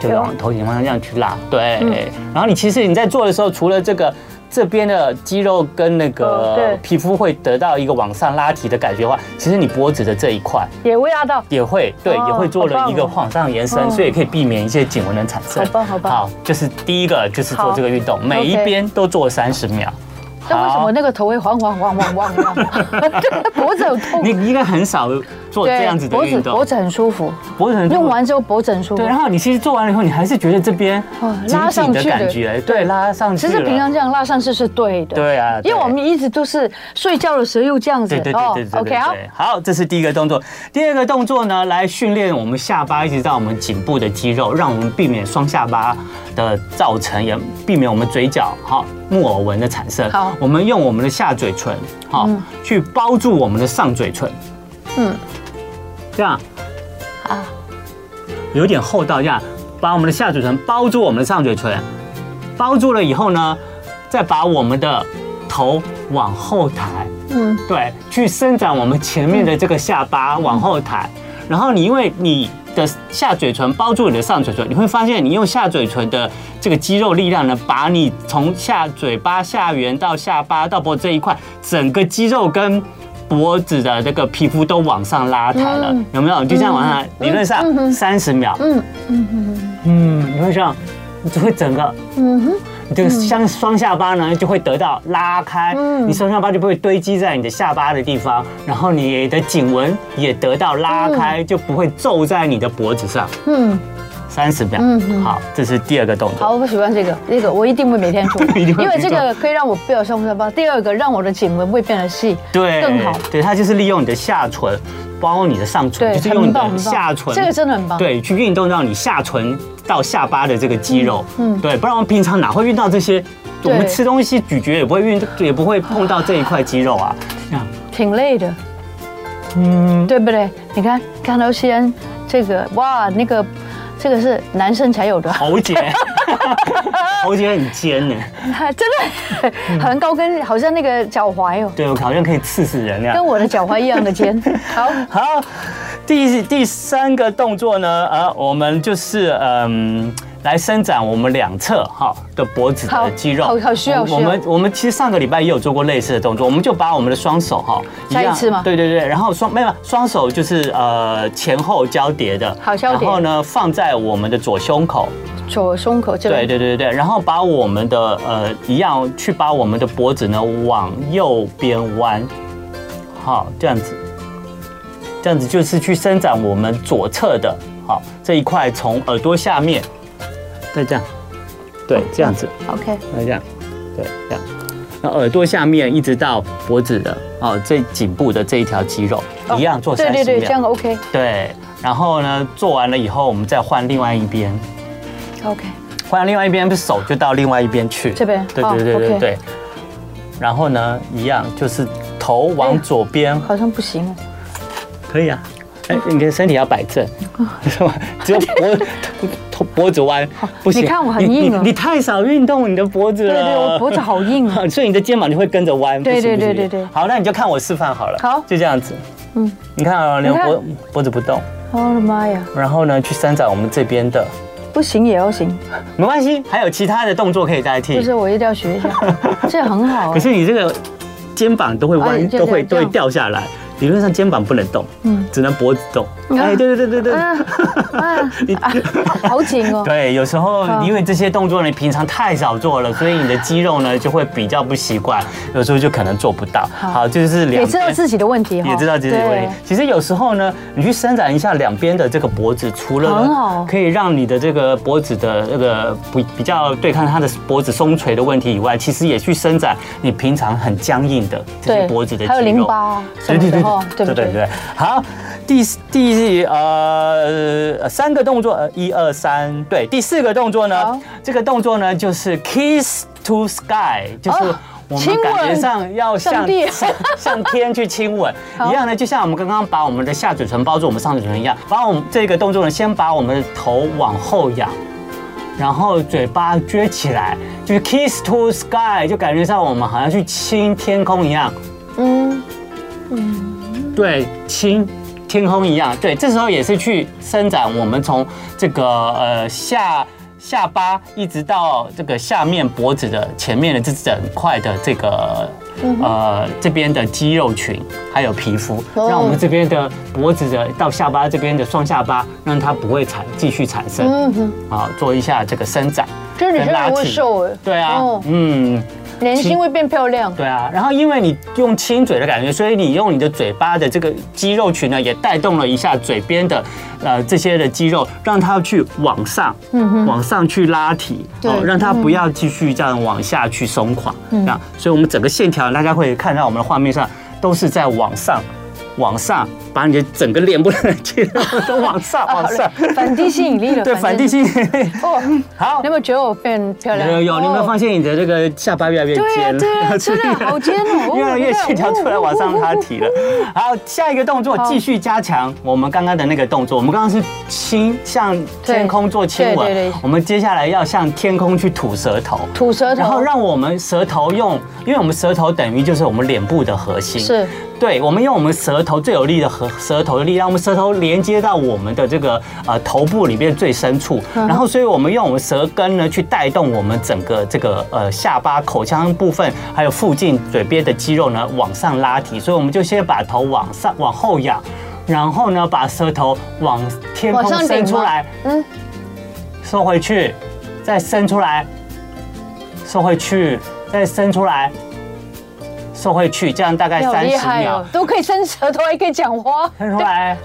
S2: 就
S1: 对哦
S2: 往头顶方向这样去拉，对。
S1: 嗯
S2: 然后你其实你在做的时候，除了这个这边的肌肉跟那
S1: 哦
S2: 个
S1: 对
S2: 皮肤会得到一个往上拉提的感觉的话，其实你脖子的这一块
S1: 也会压到，
S2: 也会对，
S1: 哦
S2: 也会做
S1: 好
S2: 了
S1: 棒
S2: 一个
S1: 哦
S2: 往上延伸，
S1: 哦
S2: 所以可以避免一些颈纹的产生。
S1: 好棒好棒
S2: 好，就是第一个就是做
S1: 好
S2: 这个运动，每一
S1: OK
S2: 边都做三十秒。
S1: 但为什
S2: 好
S1: 么那个头会晃晃晃晃晃 *laughs* 晃，这个脖子有痛
S2: *laughs* 你，应该很少做这样子的
S1: 脖
S2: 运
S1: 子
S2: 动，
S1: 脖子很舒服，
S2: 脖子很
S1: 用完之后脖子很舒服
S2: 对，，然后你其实做完了以后，你还是觉得这边
S1: 哦
S2: 紧
S1: 拉
S2: 紧
S1: 上
S2: 的
S1: 去
S2: 感觉，对，拉上去
S1: 其
S2: 了。
S1: 实平常这样拉上去是对的，
S2: 对啊对
S1: 因为我们一直都是睡觉的时候又这样子，
S2: 对对对对对对
S1: o k 好，
S2: 对好，这是第一个动作。第二个动作呢，来训练我们下巴一直到我们颈部的肌肉，让我们避免双下巴的造成，也避免我们嘴角好木偶纹的产生。
S1: 好
S2: 我们用我们的下嘴唇好去包住我们的上嘴唇，
S1: 嗯，
S2: 这样
S1: 啊，
S2: 有点厚道，这样把我们的下嘴唇包住我们的上嘴唇，包住了以后呢，再把我们的头往后抬。
S1: 嗯，
S2: 对，去伸展我们前面的这个下巴往后抬，然后你因为你的下嘴唇包住你的上嘴唇，你会发现你用下嘴唇的这个肌肉力量呢，把你从下嘴巴下缘到下巴到脖子这一块，整个肌肉跟脖子的这个皮肤都往上拉抬了，
S1: 嗯
S2: 有没有？你就这样往上拉，理论
S1: 嗯
S2: 上
S1: 哼
S2: 三十秒，
S1: 嗯嗯嗯
S2: 嗯，你会这样，你就会整个
S1: 嗯哼，
S2: 你这个像双下巴呢，就会得到拉开，
S1: 嗯
S2: 你双下巴就不会堆积在你的下巴的地方，然后你的颈纹也得到拉开，就不会皱在你的脖子上。
S1: 嗯，
S2: 三十秒，
S1: 嗯嗯
S2: 好，这是第二个动作。，
S1: 好，我喜欢这个，这个我一定会每天做
S2: *laughs* 一定会
S1: 因为
S2: 每天
S1: 这
S2: 做
S1: 个可以让我不要上下巴，第二个让我的颈纹会变得细，
S2: 对，
S1: 更好，
S2: 对，它就是利用你的下唇，包你的上唇，
S1: 对，
S2: 就是用你
S1: 很棒
S2: 的
S1: 很棒，
S2: 下唇，
S1: 这个真的很棒，，
S2: 对，去运动到你下唇到下巴的这个肌肉，嗯，对，不然我们平常哪会运到这些？我
S1: 对
S2: 们吃东西咀嚼也不会运，也不会碰到这一块肌肉啊。这样
S1: 挺累的，
S2: 嗯，
S1: 对不对？你看看到西安这个，哇，那个这个是男生才有的， *laughs*
S2: 喉结， *laughs* 喉结很尖呢，
S1: 真
S2: 嗯
S1: 的很高跟，好像那个脚踝哦，
S2: 对我好像可以刺死人那样
S1: 跟。我的脚踝一样的
S2: *laughs*
S1: 尖。好，
S2: 好，第第三个动作呢，呃，我们就是嗯。来伸展我们两侧哈的脖子
S1: 好
S2: 的肌肉，
S1: 好好需要
S2: 我
S1: 需要
S2: 我们我们其实上个礼拜也有做过类似的动作，我们就把我们的双手哈，
S1: 下一次吗
S2: 对对对，然后双没有双手就是呃前后交叠的，
S1: 好交叠
S2: 然后呢放在我们的左胸口，
S1: 左胸口这
S2: 对
S1: 里，
S2: 对对对对，然后把我们的呃一样去把我们的脖子呢往右边弯，好，这样子，这样子就是去伸展我们左侧的，好这一块从耳朵下面，再这样，对，这样子，
S1: ，OK，
S2: 再这样，对，这样。那耳朵下面一直到脖子的哦，这颈部的这一条肌肉一样做
S1: 对
S2: 三十
S1: 哦对
S2: 秒，
S1: 对，这样 OK
S2: 对。然后呢，做完了以后，我们再换另外一边。
S1: OK，
S2: 换另外一边，手就到另外一边去。
S1: 这边
S2: 对
S1: 哦
S2: 对对对
S1: OK
S2: 对。然后呢，一样就是头往左边，
S1: 好像不行
S2: 呃
S1: 哦，
S2: 可以啊。
S1: 嗯
S2: 哎，你的身体要摆正， *laughs* 是吧？只有脖头脖子弯，不行。
S1: 你看我很硬
S2: 你
S1: 啊
S2: 你你太少运动你的脖子
S1: 对
S2: 了。
S1: 对，我脖子。好硬啊，
S2: *laughs* 所以你的肩膀就会跟着弯。
S1: 对
S2: 不行
S1: 对对
S2: 不行
S1: 对对
S2: 好，那你就看我示范好了。
S1: 好
S2: 就这样子。
S1: 嗯，
S2: 你看啊，连
S1: 你看
S2: 脖脖子不动，
S1: 我的妈呀，
S2: 然后呢，去伸展我们这边的，
S1: 不行也要行，
S2: 没关系，还有其他的动作可以代替。
S1: 不是我一定要学一
S2: *laughs*
S1: 下，这很好
S2: 可
S1: 啊，
S2: 是你这个肩膀都会
S1: 哎对
S2: 弯，
S1: 对
S2: 都会
S1: 这
S2: 都会
S1: 样
S2: 掉下来。理论上肩膀不能动，
S1: 嗯
S2: 只能脖子动。哎，对对对对对。
S1: 啊
S2: *laughs*
S1: 啊
S2: 你
S1: 啊，好紧哦，
S2: 对，有时候
S1: 好
S2: 因为这些动作你平常太少做了，所以你的肌肉呢就会比较不习惯，有时候就可能做不到。
S1: 好
S2: 好，这就是两
S1: 也知道
S2: 边
S1: 自己的问题哈，
S2: 也知道自己的问题
S1: 对。
S2: 其实有时候呢，你去伸展一下两边的这个脖子，除了
S1: 很好
S2: 呢可以让你的这个脖子的那个比比较对抗它的脖子松垂的问题以外，其实也去伸展你平常很僵硬的这些
S1: 对，
S2: 脖子的肌肉。
S1: 还有淋巴，什
S2: 对
S1: 么
S2: 对
S1: 时
S2: 对
S1: 候，对
S2: 对
S1: 不
S2: 对
S1: 对？
S2: 对。好，第四第呃三个动作，呃一二三，对，第四个动作呢
S1: 好，
S2: 这个动作呢就是 kiss to sky，就是
S1: 哦
S2: 我
S1: 亲
S2: 们
S1: 吻
S2: 感觉上要
S1: 上
S2: 向
S1: 帝 *laughs*
S2: 向向天去亲吻
S1: 好
S2: 一样呢，就像我们刚刚把我们的下嘴唇包住我们上嘴唇一样，把我们这个动作呢，先把我们的头往后仰。然后嘴巴撅起来，就是 kiss to sky，就感觉上我们好像去亲天空一样，
S1: 嗯，
S2: 对，亲天空一样。对，这时候也是去伸展我们从这个呃下下巴一直到这个下面脖子的前面的这整块的这个。
S1: 嗯
S2: 呃，这边的肌肉群还有皮肤，
S1: 哦
S2: 让我们这边的脖子的到下巴这边的双下巴，让它不会产继续产生
S1: 嗯哼，
S2: 啊，做一下这个伸展。
S1: 就是你这样会瘦哎，
S2: 对啊
S1: 哦，
S2: 嗯，
S1: 脸型会变漂亮，
S2: 对啊，然后因为你用亲嘴的感觉，所以你用你的嘴巴的这个肌肉群呢，也带动了一下嘴边的呃这些的肌肉，让它去往上，
S1: 嗯哼
S2: 往上去拉提，哦
S1: 对嗯
S2: 让它不要继续这样往下去松垮，嗯，那所以我们整个线条大家会看到我们的画面上都是在往上，往上，把你的整个脸部的肌肉都
S1: *laughs*
S2: 往上
S1: 哦
S2: 往上，
S1: 反地吸引力了，
S2: 对，反地。吸引力，
S1: 哦，
S2: *laughs* 好
S1: 你有。没有觉得我变漂亮？
S2: 有有有，你有没有
S1: 哦
S2: 发现你的这个下巴越来越尖
S1: 对啊
S2: 了？
S1: 对啊，真的哦好尖
S2: *laughs*
S1: 哦，
S2: 越来越
S1: 哦
S2: 线条出来往上拉提了。好，下一个动作
S1: 好
S2: 继续加强我们刚刚的那个动作。我们刚刚是亲向天空做亲
S1: 对对
S2: 吻
S1: 对，
S2: 我们接下来要向天空去吐舌头。
S1: 吐舌头，
S2: 然后让我们舌头用，因为我们舌头等于就是我们脸部的核心，
S1: 是
S2: *laughs* 对，我们用我们舌头最有力的和舌头的力量，我们舌头连接到我们的这个呃头部里面最深处，
S1: 嗯
S2: 然后所以我们用我们舌根呢去带动我们整个这个呃下巴、口腔部分，还有附近嘴边的肌肉呢往上拉提，所以我们就先把头往上往后仰，然后呢把舌头往天
S1: 往
S2: 空
S1: 上顶
S2: 伸出
S1: 吗
S2: 来，
S1: 嗯，
S2: 收回去，再伸出来，收回去，再伸出来，收回去，这样大概
S1: 你好
S2: 哎三
S1: 厉
S2: 十
S1: 害
S2: 秒
S1: 哦。，都可以伸舌头，还可以讲话，
S2: 伸出来，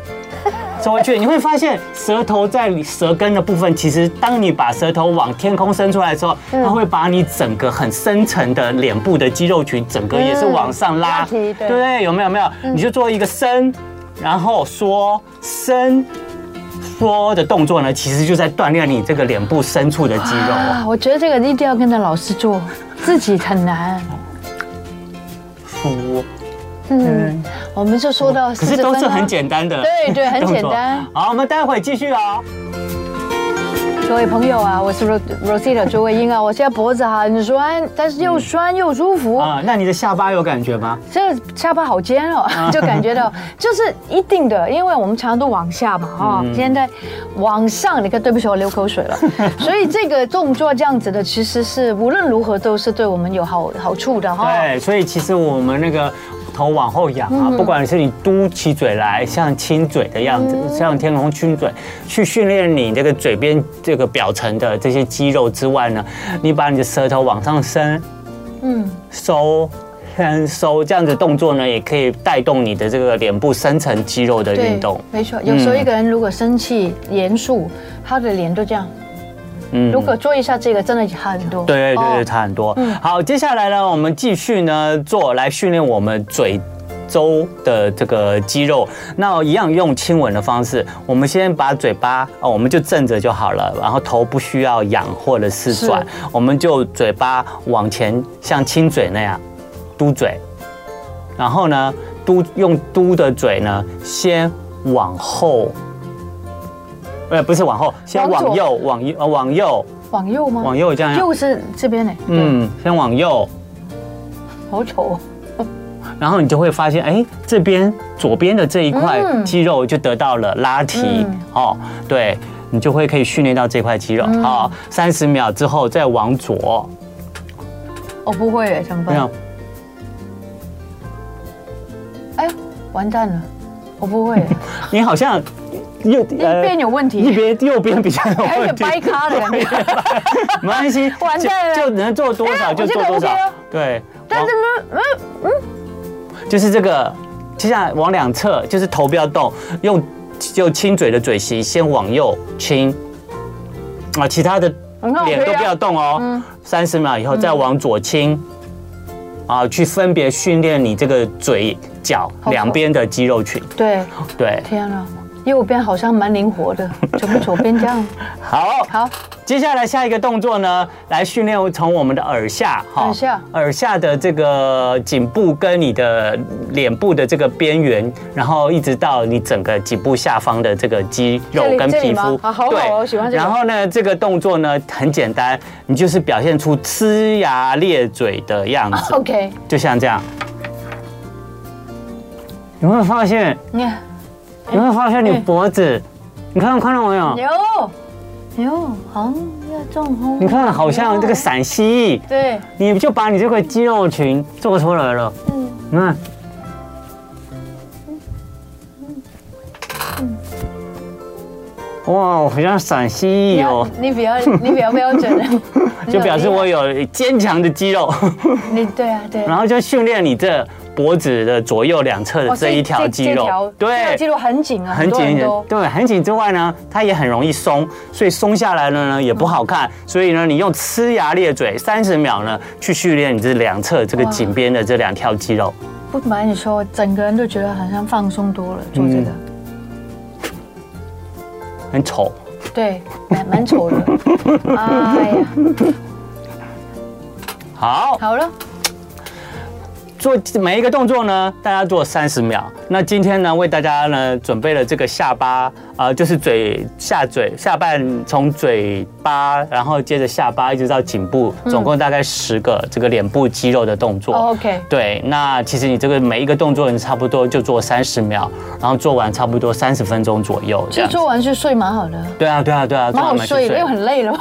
S2: 收回去，你会发现舌头在你舌根的部分，其实当你把舌头往天空伸出来的时候，
S1: 嗯
S2: 它会把你整个很深层的脸部的肌肉群，整个也是往上拉，
S1: 拉提对嗯
S2: 不对？有没有？有没有，你就做一个伸，然后缩伸。缩的动作呢，其实就在锻炼你这个脸部深处的肌肉哦。
S1: 啊，我觉得这个一定要跟着老师
S2: 嗯
S1: 做，自己很难。
S2: 出，
S1: 嗯，我们就说到
S2: 可
S1: 四十
S2: 是
S1: 分、啊，
S2: 都是很简单的，
S1: 对对很简单。
S2: 好，我们待会继续哦。
S1: 各位朋友啊，我是 Ro- Rosita 周慧英啊，我现在脖子很酸，但是又酸又舒服。
S2: 啊、那你的下巴有感觉吗？
S1: 这下巴好尖哦，*laughs*
S2: 啊
S1: 就感觉到就是一定的，因为我们常常都往下嘛，哈、
S2: 嗯
S1: 现在往上，你看，对不起，我流口水
S2: *laughs*
S1: 了。所以这个动作这样子的，其实是无论如何都是对我们有好好处的哈。
S2: 对，所以其实我们那个头往后仰啊，
S1: 嗯
S2: 不管是你嘟起嘴来，像亲嘴的样子，
S1: 嗯
S2: 像天龙亲嘴，去训练你这个嘴边这个表层的这些肌肉之外呢，你把你的舌头往上伸，
S1: 嗯，
S2: 收。伸收这样子动作呢，也可以带动你的这个脸部深层肌肉的运动。
S1: 没错。有时候一个人如果生气、严肃，他的脸都这样。
S2: 嗯
S1: 如果做一下这个，真的差很多。
S2: 对对对对，
S1: 哦
S2: 差很多。好，接下来呢，我们继续呢做来训练我们嘴。周的这个肌肉，那一样用亲吻的方式，我们先把嘴巴哦，我们就正着就好了，然后头不需要仰或者是
S1: 是
S2: 转，我们就嘴巴往前像亲嘴那样嘟嘴，然后呢嘟用嘟的嘴呢先往后，呃不是往后，先
S1: 往左
S2: 往右往右呃往右
S1: 往右吗？
S2: 往右这样，
S1: 右是这边呢。嗯，
S2: 哎嗯，先往右，
S1: 好丑哦。
S2: 然后你就会发现，哎，这边左边的这一块
S1: 嗯
S2: 肌肉就得到了拉提、
S1: 嗯
S2: 哦，对你就会可以训练到这块肌肉。
S1: 嗯
S2: 好，三十秒之后再往左，
S1: 我哦不会耶，怎么
S2: 没有
S1: 办？哎呦，完蛋了，我不
S2: *laughs*
S1: 会耶，
S2: 你好像右呃
S1: 一边有问
S2: 一
S1: 题，
S2: 边右边比较
S1: *laughs*
S2: 有
S1: 还有
S2: 问题，
S1: 掰
S2: *laughs*
S1: 咖的感觉。
S2: 没关系，
S1: *laughs* 完蛋了
S2: 就就能做多
S1: 哎
S2: 少
S1: 呀
S2: 就
S1: 我觉
S2: 做
S1: 得
S2: 多少
S1: OK 哦，
S2: 对，
S1: 但是呢，嗯，
S2: 往就是这个，接下来往两侧，就是头不要动，用就亲嘴的嘴型先往右亲，啊，其他的
S1: 很好，
S2: 脸
S1: 可
S2: 都
S1: 以
S2: 不要
S1: 啊。
S2: 动哦，三十秒以后再往左倾，啊，去分别训练你这个嘴角
S1: 好
S2: 两边的肌肉群。
S1: 对，
S2: 对，
S1: 天啊，右边好像蛮灵活的，怎么左边这
S2: *laughs*
S1: 样？
S2: 好，
S1: 好，
S2: 接下来下一个动作呢，来训练从我们的耳下哈
S1: 耳下
S2: 耳下的这个颈部跟你的脸部的这个边缘，然后一直到你整个颈部下方的这个肌肉
S1: 这里
S2: 跟
S1: 这里
S2: 皮肤
S1: 吗，啊好好
S2: 对
S1: 我喜欢这个
S2: 然后呢，这个动作呢很简单，你就是表现出呲牙咧嘴的样子。
S1: OK，
S2: 就像这样。你会发现，
S1: 你看，哎
S2: 你会发现你脖子，你看看到没有？
S1: 有，有，好像要中风。
S2: 你看，好像
S1: 哦
S2: 这个陕西裔，
S1: 对，
S2: 你就把你这个肌肉群做出来了。
S1: 嗯，
S2: 你看，嗯哇，好像陕西裔哦，
S1: 你比较你比较标
S2: *laughs*
S1: 准，
S2: 就表示我有坚强的肌
S1: *laughs*
S2: 肉，
S1: 你对啊对。
S2: 然后就训练你这脖子的左右两侧的
S1: 哦
S2: 这一条肌
S1: 这条
S2: 肉，
S1: 这条肌肉很紧啊，
S2: 很
S1: 多人
S2: 紧
S1: 都，
S2: 对，很紧之外呢，它也很容易松，所以松下来了
S1: 嗯
S2: 呢也不好看。所以呢，你用呲牙咧嘴三十秒呢，去训练你这两侧这个颈边的这两条肌肉。
S1: 不瞒你说，整个人都觉得好像放松多了，做这个，
S2: 嗯很丑，
S1: 对，蛮蛮丑的。哎呀，
S2: 好，
S1: 好了，
S2: 做每一个动作呢，大家做三十秒。那今天呢，为大家呢准备了这个下巴，呃，就是嘴下嘴下半从嘴巴，然后接着下巴一直到颈部，总共大概十个这个脸部肌肉的动作。
S1: 哦，OK
S2: 对，那其实你这个每一个动作，你差不多就做三十秒，然后做完差不多三十分钟左右这
S1: 其实
S2: 样子。
S1: 做完就睡蛮好的，
S2: 对啊，对啊，对啊，
S1: 蛮好
S2: 做完
S1: 睡的，因为很累
S2: *laughs*
S1: 了。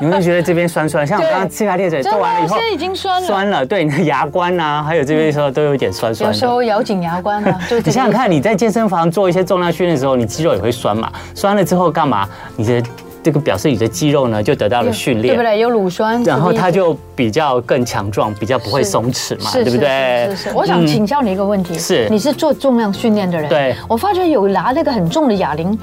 S2: 你会觉得这边酸
S1: *laughs*
S2: 酸，像我刚刚呲牙咧嘴哎做完了以后
S1: 啊现，在已经酸了，
S2: 酸了，对你的牙关啊，还有这边的时候都有一点酸酸
S1: 有
S2: 的。
S1: 时候咬紧牙关啊，就这个
S2: 你想想看，你在健身房做一些重量训练的时候，你肌肉也会酸嘛？酸了之后干嘛？你的这个表示你的肌肉呢就得到了训
S1: 对不
S2: 练，
S1: 对？有乳酸，
S2: 然后它
S1: 是
S2: 就比较更强壮，比较不会松弛嘛，
S1: 是
S2: 对不对嗯
S1: 是？是是。我想请教你一个问题，
S2: 是
S1: 你是做重量训练的人，
S2: 对
S1: 我发觉有拿那个很重的哑铃，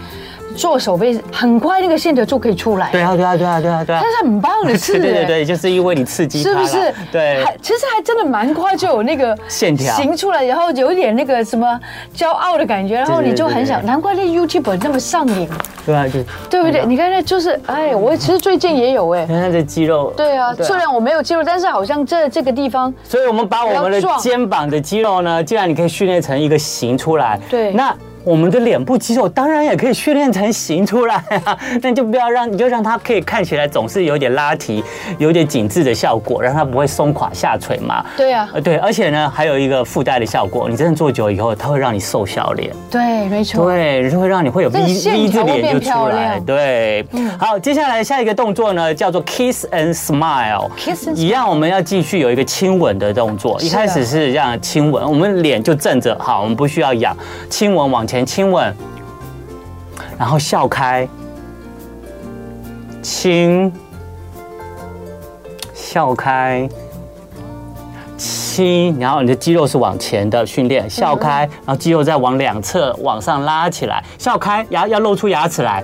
S1: 做手背，很快那个线条就可以出来。
S2: 对啊，对啊，对啊，对啊，对啊
S1: 它。是很棒的事，
S2: *laughs* 对对对对，就是因为你刺激它
S1: 是
S2: 啦
S1: 不是？
S2: 对，
S1: 还其实还真的蛮快就有那个
S2: 线条
S1: 形出来，然后有一点那个什么骄傲的感觉，然后
S2: 对对
S1: 你就很
S2: 对
S1: 想，
S2: 对
S1: 难怪那 YouTube 那么上瘾，
S2: 对啊，对。
S1: 对不对？你看那就是，哎，我其实最近也有哎。
S2: 看看这肌肉。
S1: 对啊，虽然我没有记录，但是好像这这个地方
S2: 所以我们把我们的
S1: 比较壮
S2: 肩膀的肌肉呢，既然你可以训练成一个形出来，
S1: 对
S2: 那。我们的脸部肌肉当然也可以训练成形出来啊， *laughs* 那就不要让，你就让它可以看起来总是有点拉提、有点紧致的效果，让它不会松垮下垂嘛。
S1: 对啊
S2: 呃，对，而且呢，还有一个附带的效果，你真的做久以后，它会让你瘦小脸。
S1: 对，没错，
S2: 对，就会让你会有
S1: 嗯
S2: V
S1: 这个线
S2: V 字
S1: 条会
S2: 脸
S1: 变
S2: 就出
S1: 漂
S2: 来。
S1: 亮嗯
S2: 对，好，接下来下一个动作呢，叫做 Kiss and Smile。
S1: Kiss and
S2: 一样，我们要继续有一个亲吻的动作。一
S1: 是的
S2: 开始是这样亲吻，我们脸就正着，好，我们不需要仰，亲吻往前亲吻，然后笑开，亲，笑开。亲，然后你的肌肉是往前的训练，笑开，
S1: 嗯
S2: 然后肌肉再往两侧往上拉起来，笑开，牙要露出牙齿来，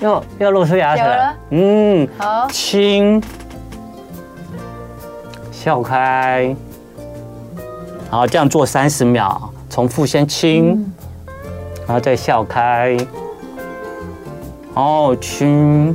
S2: 要要露出牙齿
S1: 有
S2: 来
S1: 了，
S2: 嗯，
S1: 好，
S2: 亲，笑开，然后这样做三十秒，重复先亲，
S1: 嗯
S2: 然后再笑开，哦，亲。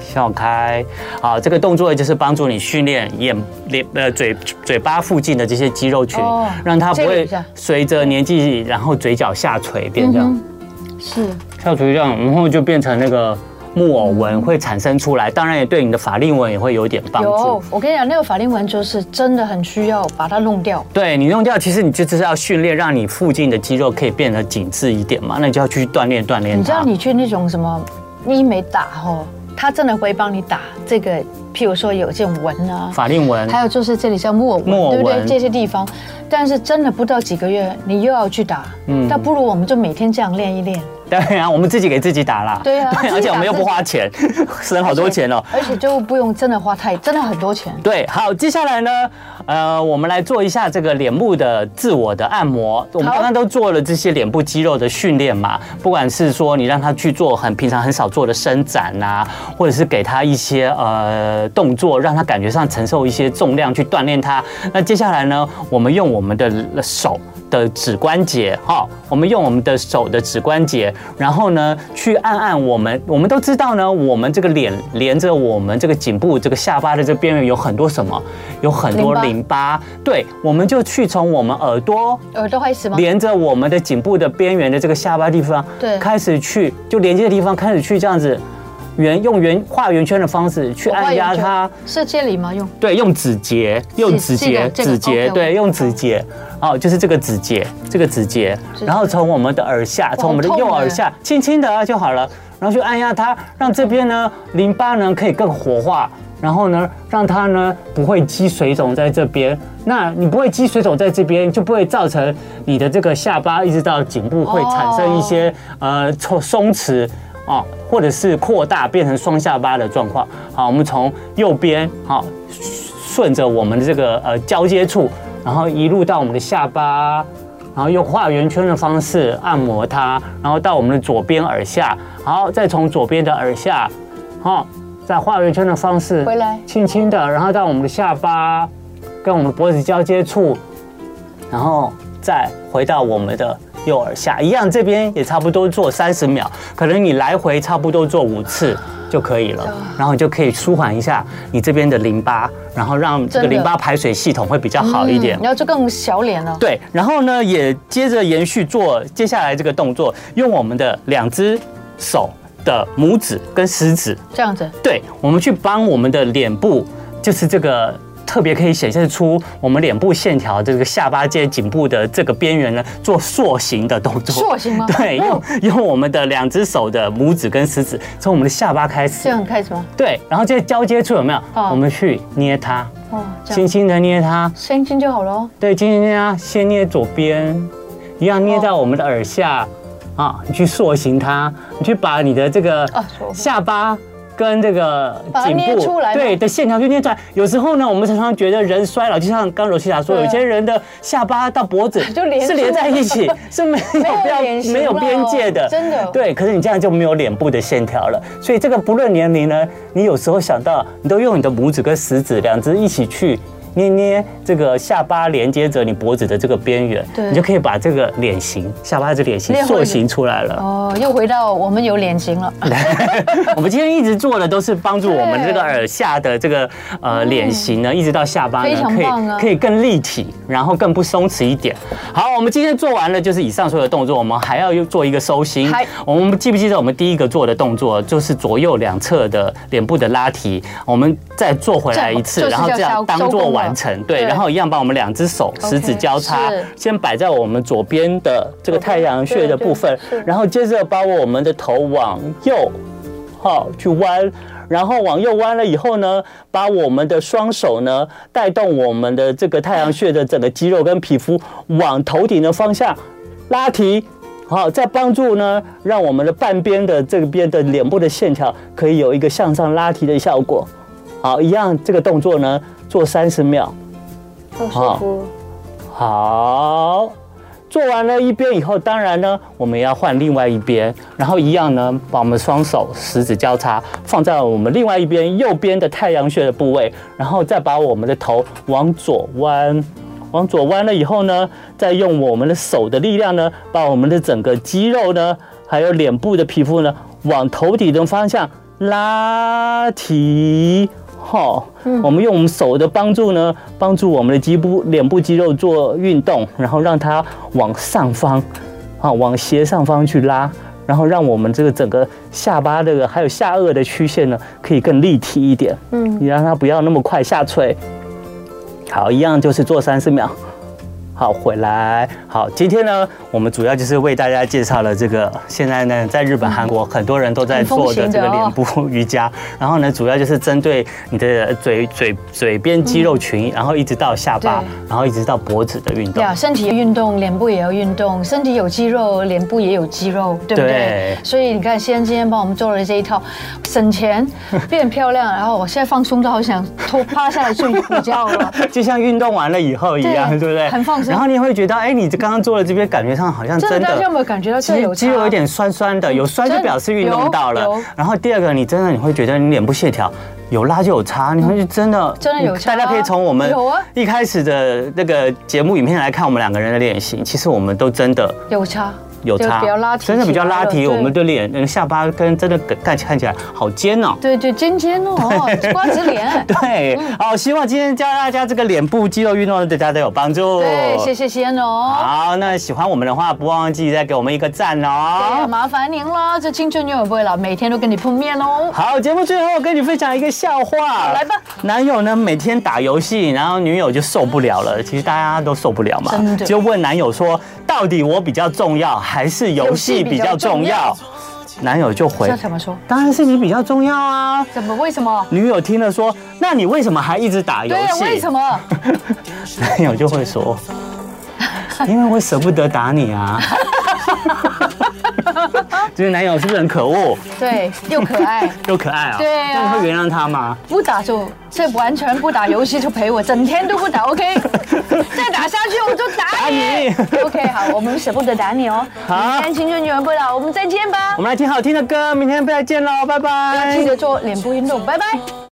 S2: 笑开，好，这个动作就是帮助你训练眼脸呃嘴嘴巴附近的这些肌肉群，
S1: 哦
S2: 让它不
S1: 这个
S2: 会
S1: 一下
S2: 随着年纪然后嘴角下垂变这样。
S1: 嗯哼，是
S2: 跳出去这样，然后就变成那个木偶纹会产生出来，当然也对你的法令纹也会有点帮助
S1: 有。。我跟你讲，那个法令纹就是真的很需要把它弄掉。
S2: 对你弄掉，其实你就就是要训练，让你附近的肌肉可以变得紧致一点嘛，那你就要去锻炼锻炼
S1: 你知道
S2: 它。
S1: 你去那种什么医美打吼，他真的会帮你打这个，譬如说有这种纹啊，
S2: 法令纹，
S1: 还有就是这里像木偶
S2: 木偶
S1: 纹，对不对
S2: 纹？
S1: 这些地方，但是真的不到几个月，你又要去打，
S2: 嗯
S1: 那不如我们就每天这样练一练，
S2: 当然我们自己给自己打啦。 *laughs*
S1: 对啊自己打
S2: 而且我们又不花钱， *laughs* 省好多钱哦。
S1: 而且就不用真的花太，真的很多钱。
S2: 对，好，接下来呢，呃，我们来做一下这个脸部的自我的按摩。我们
S1: 好
S2: 刚刚都做了这些脸部肌肉的训练嘛，不管是说你让他去做很平常很少做的伸展呐、或者是给他一些呃动作，让他感觉上承受一些重量去锻炼他。那接下来呢，我们用我们的手的指关节，哈、我们用我们的手的指关节，然后呢，去按按我们，我们都知道呢，我们这个脸连着我们这个颈部、这个下巴的这边缘有很多什么，有很多
S1: 淋巴
S2: 淋巴。对，我们就去从我们耳朵
S1: 耳朵开始吗？
S2: 连着我们的颈部的边缘的这个下巴地方，
S1: 对
S2: 开始去就连接的地方开始去这样子圆用圆画圆圈的方式去
S1: 我画
S2: 按
S1: 圆
S2: 压
S1: 圈
S2: 它。
S1: 是这里吗？用
S2: 对，用指节，用指节，
S1: 这个
S2: 指节，
S1: OK，
S2: 对，
S1: 我
S2: 用指节，哦，就是这个指节，这个指节，
S1: 指
S2: 然后从我们的耳下，从我们的
S1: 好痛
S2: 右耳
S1: 哎
S2: 下，轻轻的就好了，然后去按压它，让这边呢淋巴呢可以更活化，然后呢让它呢不会积水肿在这边。那你不会积水肿在这边，就不会造成你的这个下巴一直到颈部
S1: 哦
S2: 会产生一些、呃松松弛。哦，或者是扩大变成双下巴的状况。好，我们从右边好、顺着我们的这个呃交接处，然后一路到我们的下巴，然后用画圆圈的方式按摩它，然后到我们的左边耳下，好，再从左边的耳下，好、再画圆圈的方式
S1: 回来
S2: 轻轻的，然后到我们的下巴跟我们脖子交接处，然后再回到我们的右耳下，一样这边也差不多做三十秒，可能你来回差不多做五次就可以了，然后你就可以舒缓一下你这边的淋巴，然后让这个
S1: 真的
S2: 淋巴排水系统会比较好一点
S1: 嗯。然后就更小脸了。
S2: 对，然后呢，也接着延续做接下来这个动作，用我们的两只手的拇指跟食指，
S1: 这样子，
S2: 对，我们去帮我们的脸部，就是这个特别可以显现出我们脸部线条的这个下巴尖、颈部的这个边缘呢，做塑形的动作。
S1: 塑形吗
S2: *laughs* 对，用
S1: 哦
S2: 用我们的两只手的拇指跟食指，从我们的下巴开
S1: 这
S2: 始。
S1: 样开始吗？
S2: 对，然后这些交接处有没有？
S1: 哦
S2: 我们去捏它，
S1: 哦，这
S2: 轻
S1: 样，
S2: 轻的捏它。
S1: 伸进就好了哦。
S2: 对，轻轻捏它，先捏左边，一样捏
S1: 哦
S2: 到我们的耳下。啊，你去塑形它，你去把你的这个
S1: 啊塑
S2: 下巴跟这个
S1: 把它
S2: 颈
S1: 捏出
S2: 部
S1: 来吗
S2: 对的线条就捏出来。有时候呢，我们常常觉得人衰老，就像刚柔西达说，
S1: 对啊
S2: 有些人的下巴到脖子
S1: *laughs* 就连
S2: 是连在
S1: *laughs*
S2: 一起，是没有
S1: 没有
S2: 不要
S1: 脸型
S2: 没有
S1: 了哦
S2: 边界的，
S1: 真的
S2: 对。可是你这样就没有脸部的线条了。所以这个不论年龄呢，你有时候想到，你都用你的拇指跟食指两只一起去。捏捏这个下巴连接着你脖子的这个边缘，
S1: 对
S2: 你就可以把这个脸型、下巴的脸型
S1: 练会
S2: 塑形出来了。
S1: 哦，又回到我们有脸型了，
S2: *laughs* 我们今天一直做的都是帮助我们这个耳下的这个呃脸型呢，一直到下巴
S1: 嗯非
S2: 呢，
S1: 常
S2: 可
S1: 棒啊
S2: 以可以更立体，然后更不松弛一点。好，我们今天做完了就是以上所有的动作，我们还要又做一个收心
S1: 嗨。
S2: 我们记不记得我们第一个做的动作就是左右两侧的脸部的拉提，我们再做回来一
S1: 这
S2: 次，
S1: 样
S2: 然后这样当做完
S1: 就是
S2: 成。
S1: 要收工了
S2: 对，
S1: 对
S2: 然后一样把我们两只手十指交叉
S1: OK，是，
S2: 先摆在我们左边的这个太阳穴的部分
S1: 哦啊对啊对对是，
S2: 然后接着把我们的头往右好去弯，然后往右弯了以后呢，把我们的双手呢带动我们的这个太阳穴的整个肌肉跟皮肤往头顶的方向拉提。好，再帮助呢，让我们的半边的这边的脸部的线条可以有一个向上拉提的效果。好，一样这个动作呢，做三十秒。
S1: 好舒服。
S2: 好，做完了一边以后，当然呢，我们也要换另外一边，然后一样呢，把我们双手十指交叉放在我们另外一边右边的太阳穴的部位，然后再把我们的头往左弯。往左弯了以后呢，再用我们的手的力量呢，把我们的整个肌肉呢，还有脸部的皮肤呢，往头顶的方向拉提。好、我们用我们手的帮助呢，帮助我们的肌部、脸部肌肉做运动，然后让它往上方，啊，往斜上方去拉，然后让我们这个整个下巴这个还有下颚的曲线呢，可以更立体一点。
S1: 嗯，
S2: 你让它不要那么快下垂。好，一样就是做三十秒。好，回来。好，今天呢，我们主要就是为大家介绍了这个，现在呢，在日本、韩国很多人都在
S1: 很风
S2: 做
S1: 行
S2: 的
S1: 的
S2: 这个
S1: 哦
S2: 脸部 *laughs* 瑜伽。然后呢，主要就是针对你的嘴、嘴、嘴边肌肉群，然后一直到下巴
S1: 嗯对，
S2: 然后一直到脖子的运动
S1: 呀，。身体运动，脸部也要运动，身体有肌肉，脸部也有肌肉，对不对？
S2: 对
S1: 所以你看，先今天帮我们做了这一套，省
S2: *laughs*
S1: 钱变漂亮，然后我现在放松到好想偷趴下来睡午觉了。
S2: 就像运动完了以后一样，
S1: 对
S2: 对不对？
S1: 很放松
S2: 然后你会觉得，哎，你刚刚做的这边感觉上好像
S1: 真的
S2: *laughs* 真
S1: 大
S2: 的
S1: 家有没有感觉到
S2: 其
S1: 这
S2: 实
S1: 有
S2: 肌肉
S1: 差嗯
S2: 有点酸酸的，有酸就
S1: 真
S2: 表示运动到了
S1: 有有。
S2: 然后第二个，你真的你会觉得你脸部线条有拉就有差，你会真的
S1: 嗯真的有差
S2: 大家可以从我们
S1: 有啊
S2: 一开始的那个节目影片来看，我们两个人的脸型，其实我们都真的
S1: 有差，
S2: 有
S1: 就
S2: 差，
S1: 比较拉提，
S2: 真的比较拉提。我们
S1: 对。
S2: 的脸、那个下巴跟真的看看起来好尖哦。
S1: 对对，尖尖
S2: *laughs*
S1: 哦，瓜子脸。
S2: 对，好，希望今天教大家这个脸部肌肉运动对大家有帮助。
S1: 对，谢谢先哦。
S2: 好，那喜欢我们的话，不忘记再给我们一个赞
S1: 对
S2: 哦。
S1: 哎麻烦您了，这青春永远不会老，每天都跟你碰面哦。
S2: 好，节目最后跟你分享一个笑话。
S1: 来吧，
S2: 男友呢每天打游戏，然后女友就受不了
S1: *laughs*
S2: 了。其实大家都受不了嘛
S1: 真，的
S2: 就问男友说，到底我比较重要还是游戏比较重要
S1: 游戏？
S2: 男友就回
S1: 这，怎么说？
S2: 当然是你比较重要啊。
S1: 怎么？为什么？
S2: 女友听了说，那你为什么还一直打游
S1: 对，啊
S2: 戏？
S1: 为什？么？
S2: 男友就会说，因为我舍不得打你
S1: *laughs*
S2: 啊。这个男友是不是很可恶？
S1: 对，又可爱。
S2: 又可爱啊、
S1: 对啊
S2: 那你会原谅他吗？
S1: 不打就这完全不打游戏就陪我，整天都不打，OK？再
S2: *laughs*
S1: 打下去我就打你。
S2: 打
S1: OK，好，我们舍不得打你哦。
S2: 好
S1: 明天青春永远不老，我们再见吧
S2: 我。们来听好听的歌，明天再见喽，拜拜。
S1: 记得做脸部运动，拜拜。